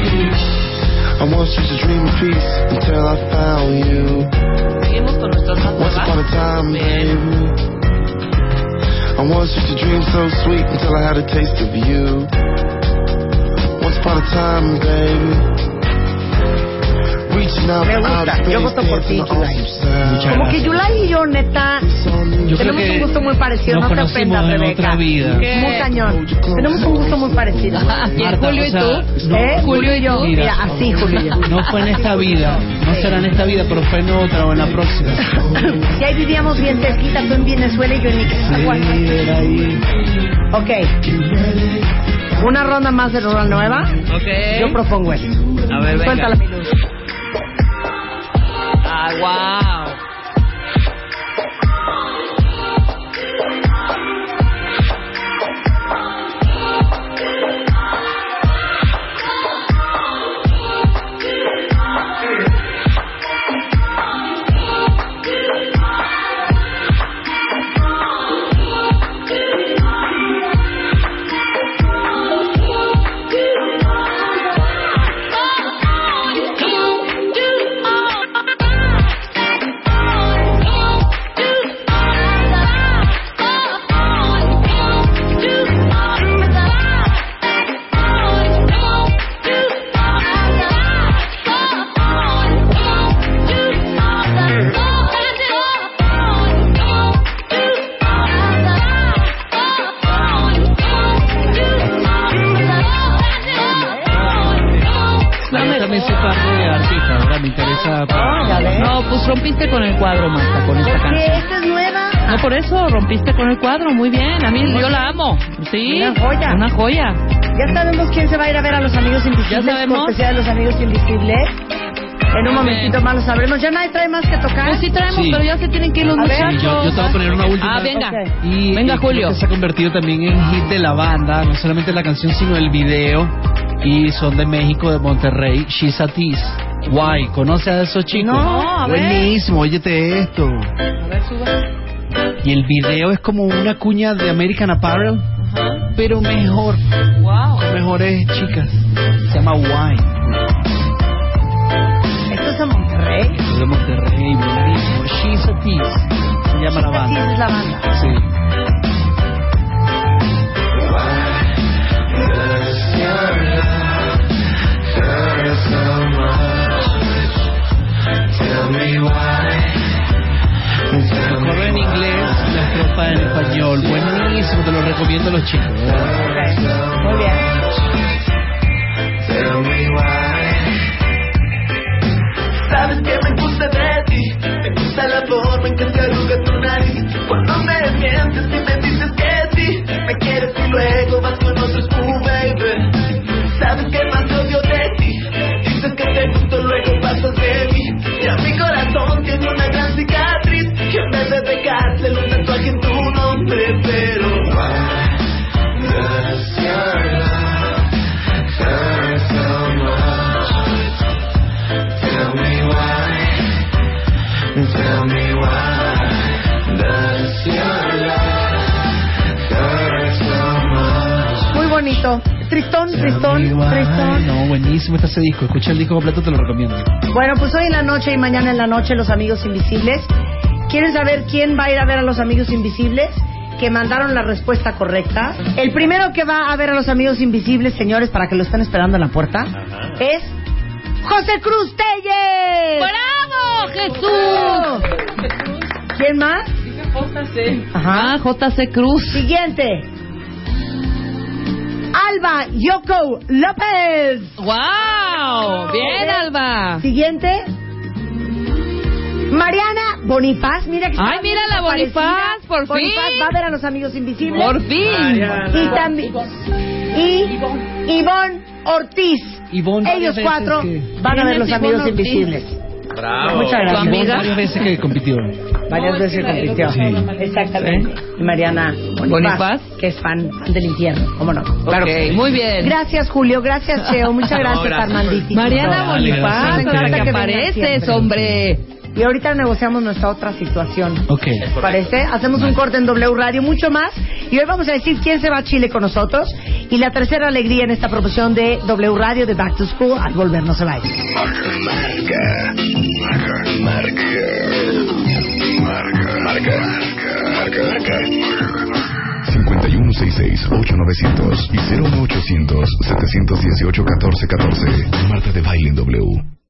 Speaker 4: I want you to dream in peace until I found you. Once upon a time, baby. I want you to dream so sweet until I had a taste of you. Once upon a time, baby. Reaching out
Speaker 6: Me
Speaker 4: for
Speaker 6: gusta.
Speaker 7: Ah,
Speaker 4: outer
Speaker 6: Yo
Speaker 4: space,
Speaker 6: voto por ti,
Speaker 4: dancing on
Speaker 6: Yulai.
Speaker 4: some
Speaker 6: Como que Yulai y yo, neta, tenemos un gusto muy parecido. No
Speaker 7: nos
Speaker 6: te
Speaker 7: conocimos
Speaker 6: ofendas,
Speaker 7: en
Speaker 6: Rebeca.
Speaker 7: otra vida.
Speaker 6: ¿Qué? Muy cañón. Tenemos un gusto muy parecido.
Speaker 7: ¿Y Marta, Julio y o sea, tú? no.
Speaker 6: ¿Eh? Julio y yo. Mira, así, Julio y yo.
Speaker 7: No fue en esta vida, no será en esta vida, pero fue en otra o en la próxima.
Speaker 6: Y ahí vivíamos bien cerquita, tú en Venezuela y yo en Nicaragua. Ok. Una ronda más de Rural Nueva.
Speaker 8: Ok.
Speaker 6: Yo propongo esto.
Speaker 8: A ver, venga.
Speaker 6: Suéltala, mi luz.
Speaker 8: Ah, wow.
Speaker 7: Esta me hizo parte de artista, ahora me interesa.
Speaker 8: Ah,
Speaker 6: Ah,
Speaker 8: No, pues rompiste con el cuadro, Marta, con esta
Speaker 6: Que
Speaker 8: canción.
Speaker 6: esta es nueva.
Speaker 8: No, por eso rompiste con el cuadro, muy bien. A mí yo la amo. Sí.
Speaker 6: Una joya.
Speaker 8: Una joya.
Speaker 6: Ya sabemos quién se va a ir a ver a los amigos invisibles.
Speaker 8: Ya sabemos.
Speaker 6: cortesía de los amigos invisibles. En un
Speaker 8: Amén.
Speaker 6: momentito más lo sabremos. Ya nadie trae más que tocar.
Speaker 8: Pues sí traemos,
Speaker 7: Sí.
Speaker 8: pero ya se tienen que ir los
Speaker 6: A ver.
Speaker 8: muchachos.
Speaker 7: Sí, yo- yo te voy a poner una última.
Speaker 8: Ah, venga.
Speaker 7: Ok. Y,
Speaker 8: venga,
Speaker 7: y creo
Speaker 8: Julio.
Speaker 7: que se ha convertido también en hit de la banda, no solamente la canción, sino el video. Y son de México, de Monterrey, She's a Tease. Guay, ¿conoce a esos chicos?
Speaker 8: No, a ver.
Speaker 7: Buenísimo, óyete esto.
Speaker 8: A ver, suba.
Speaker 7: Y el video es como una cuña de American Apparel, pero mejor.
Speaker 8: Wow.
Speaker 7: Mejores chicas. Se llama Wine.
Speaker 6: Esto es a Monterrey.
Speaker 7: De Monterrey, buenísimo. She's a Tease. Se llama la
Speaker 6: Así
Speaker 7: banda.
Speaker 6: es la banda.
Speaker 7: Sí. Corre en inglés, la estrofa en español. Buenísimo, te lo recomiendo a los chicos.
Speaker 6: Muy bien.
Speaker 25: Sabes que me gusta de ti, me gusta el amor, me encanta el lugar de tu nariz. Cuando me mientes y me dices que sí, me quieres y luego vas con otros, uh, baby. Sabes que más odio de ti, dices que te gusto, luego pasas de mí. Y a mi corazón tiene una gran cicatriz, que en vez de pegárselo, un tatuaje en tu nombre, pero.
Speaker 6: Muy bonito. Tristón, tristón,
Speaker 7: Ay,
Speaker 6: tristón.
Speaker 7: no, buenísimo está ese disco. Escucha el disco completo, te lo recomiendo.
Speaker 6: Bueno, pues hoy en la noche y mañana en la noche los amigos invisibles. ¿Quieren saber quién va a ir a ver a los amigos invisibles? Que mandaron la respuesta correcta. El primero que va a ver a los amigos invisibles, señores, para que lo estén esperando en la puerta, es José Cruz Telles.
Speaker 8: ¡Bravo, Jesús!
Speaker 6: ¿Quién más?
Speaker 8: Ajá, JC Ah, Cruz.
Speaker 6: Siguiente. Alba Yoko López.
Speaker 8: ¡Wow! Bien, Alba.
Speaker 6: Siguiente. Mariana Bonifaz, mira que está
Speaker 8: Ay, mira la
Speaker 6: desaparecida.
Speaker 8: Bonifaz, por
Speaker 6: Bonifaz
Speaker 8: fin.
Speaker 6: va a ver a los amigos invisibles.
Speaker 8: Por fin. Mariana.
Speaker 6: Y también. Y Ivonne Ortiz.
Speaker 13: Ivonne,
Speaker 6: Ellos
Speaker 13: varias veces
Speaker 6: cuatro
Speaker 13: que-
Speaker 6: van a ver
Speaker 13: ¿Quién es
Speaker 6: los
Speaker 13: Ivonne
Speaker 6: amigos
Speaker 13: Ortiz?
Speaker 6: invisibles.
Speaker 8: Ah,
Speaker 2: Bravo.
Speaker 6: Eh, Muchas gracias.
Speaker 13: Ivonne, Varias veces que compitió.
Speaker 6: Varias
Speaker 13: No, es
Speaker 6: veces
Speaker 13: que la-
Speaker 6: compitió.
Speaker 13: Sí. ¿Eh?
Speaker 6: Exactamente. Y Mariana Bonifaz,
Speaker 13: Bonifaz.
Speaker 6: que es fan del infierno. ¿Cómo no? Claro que sí.
Speaker 8: muy bien.
Speaker 6: Gracias, Julio. Gracias, Cheo. Muchas
Speaker 8: No,
Speaker 6: gracias,
Speaker 8: gracias.
Speaker 6: Armanditi.
Speaker 8: Mariana
Speaker 6: Vale,
Speaker 8: Bonifaz,
Speaker 6: gracias.
Speaker 8: ahora
Speaker 6: Nos encanta
Speaker 8: que
Speaker 6: venga
Speaker 8: apareces,
Speaker 6: siempre.
Speaker 8: hombre.
Speaker 6: Y ahorita negociamos nuestra otra situación.
Speaker 13: Ok.
Speaker 6: ¿Les parece? Hacemos un corte en W Radio, mucho más. Y hoy vamos a decir quién se va a Chile con nosotros. Y la tercera alegría en esta proporción de W Radio de Back to School. Al volver, no se vayan.
Speaker 5: Marca. Marca. Marca. Marca. Marca. Marca. Marca.
Speaker 4: 5166-8900 y 01800-718-1414. Marta de Baile en W.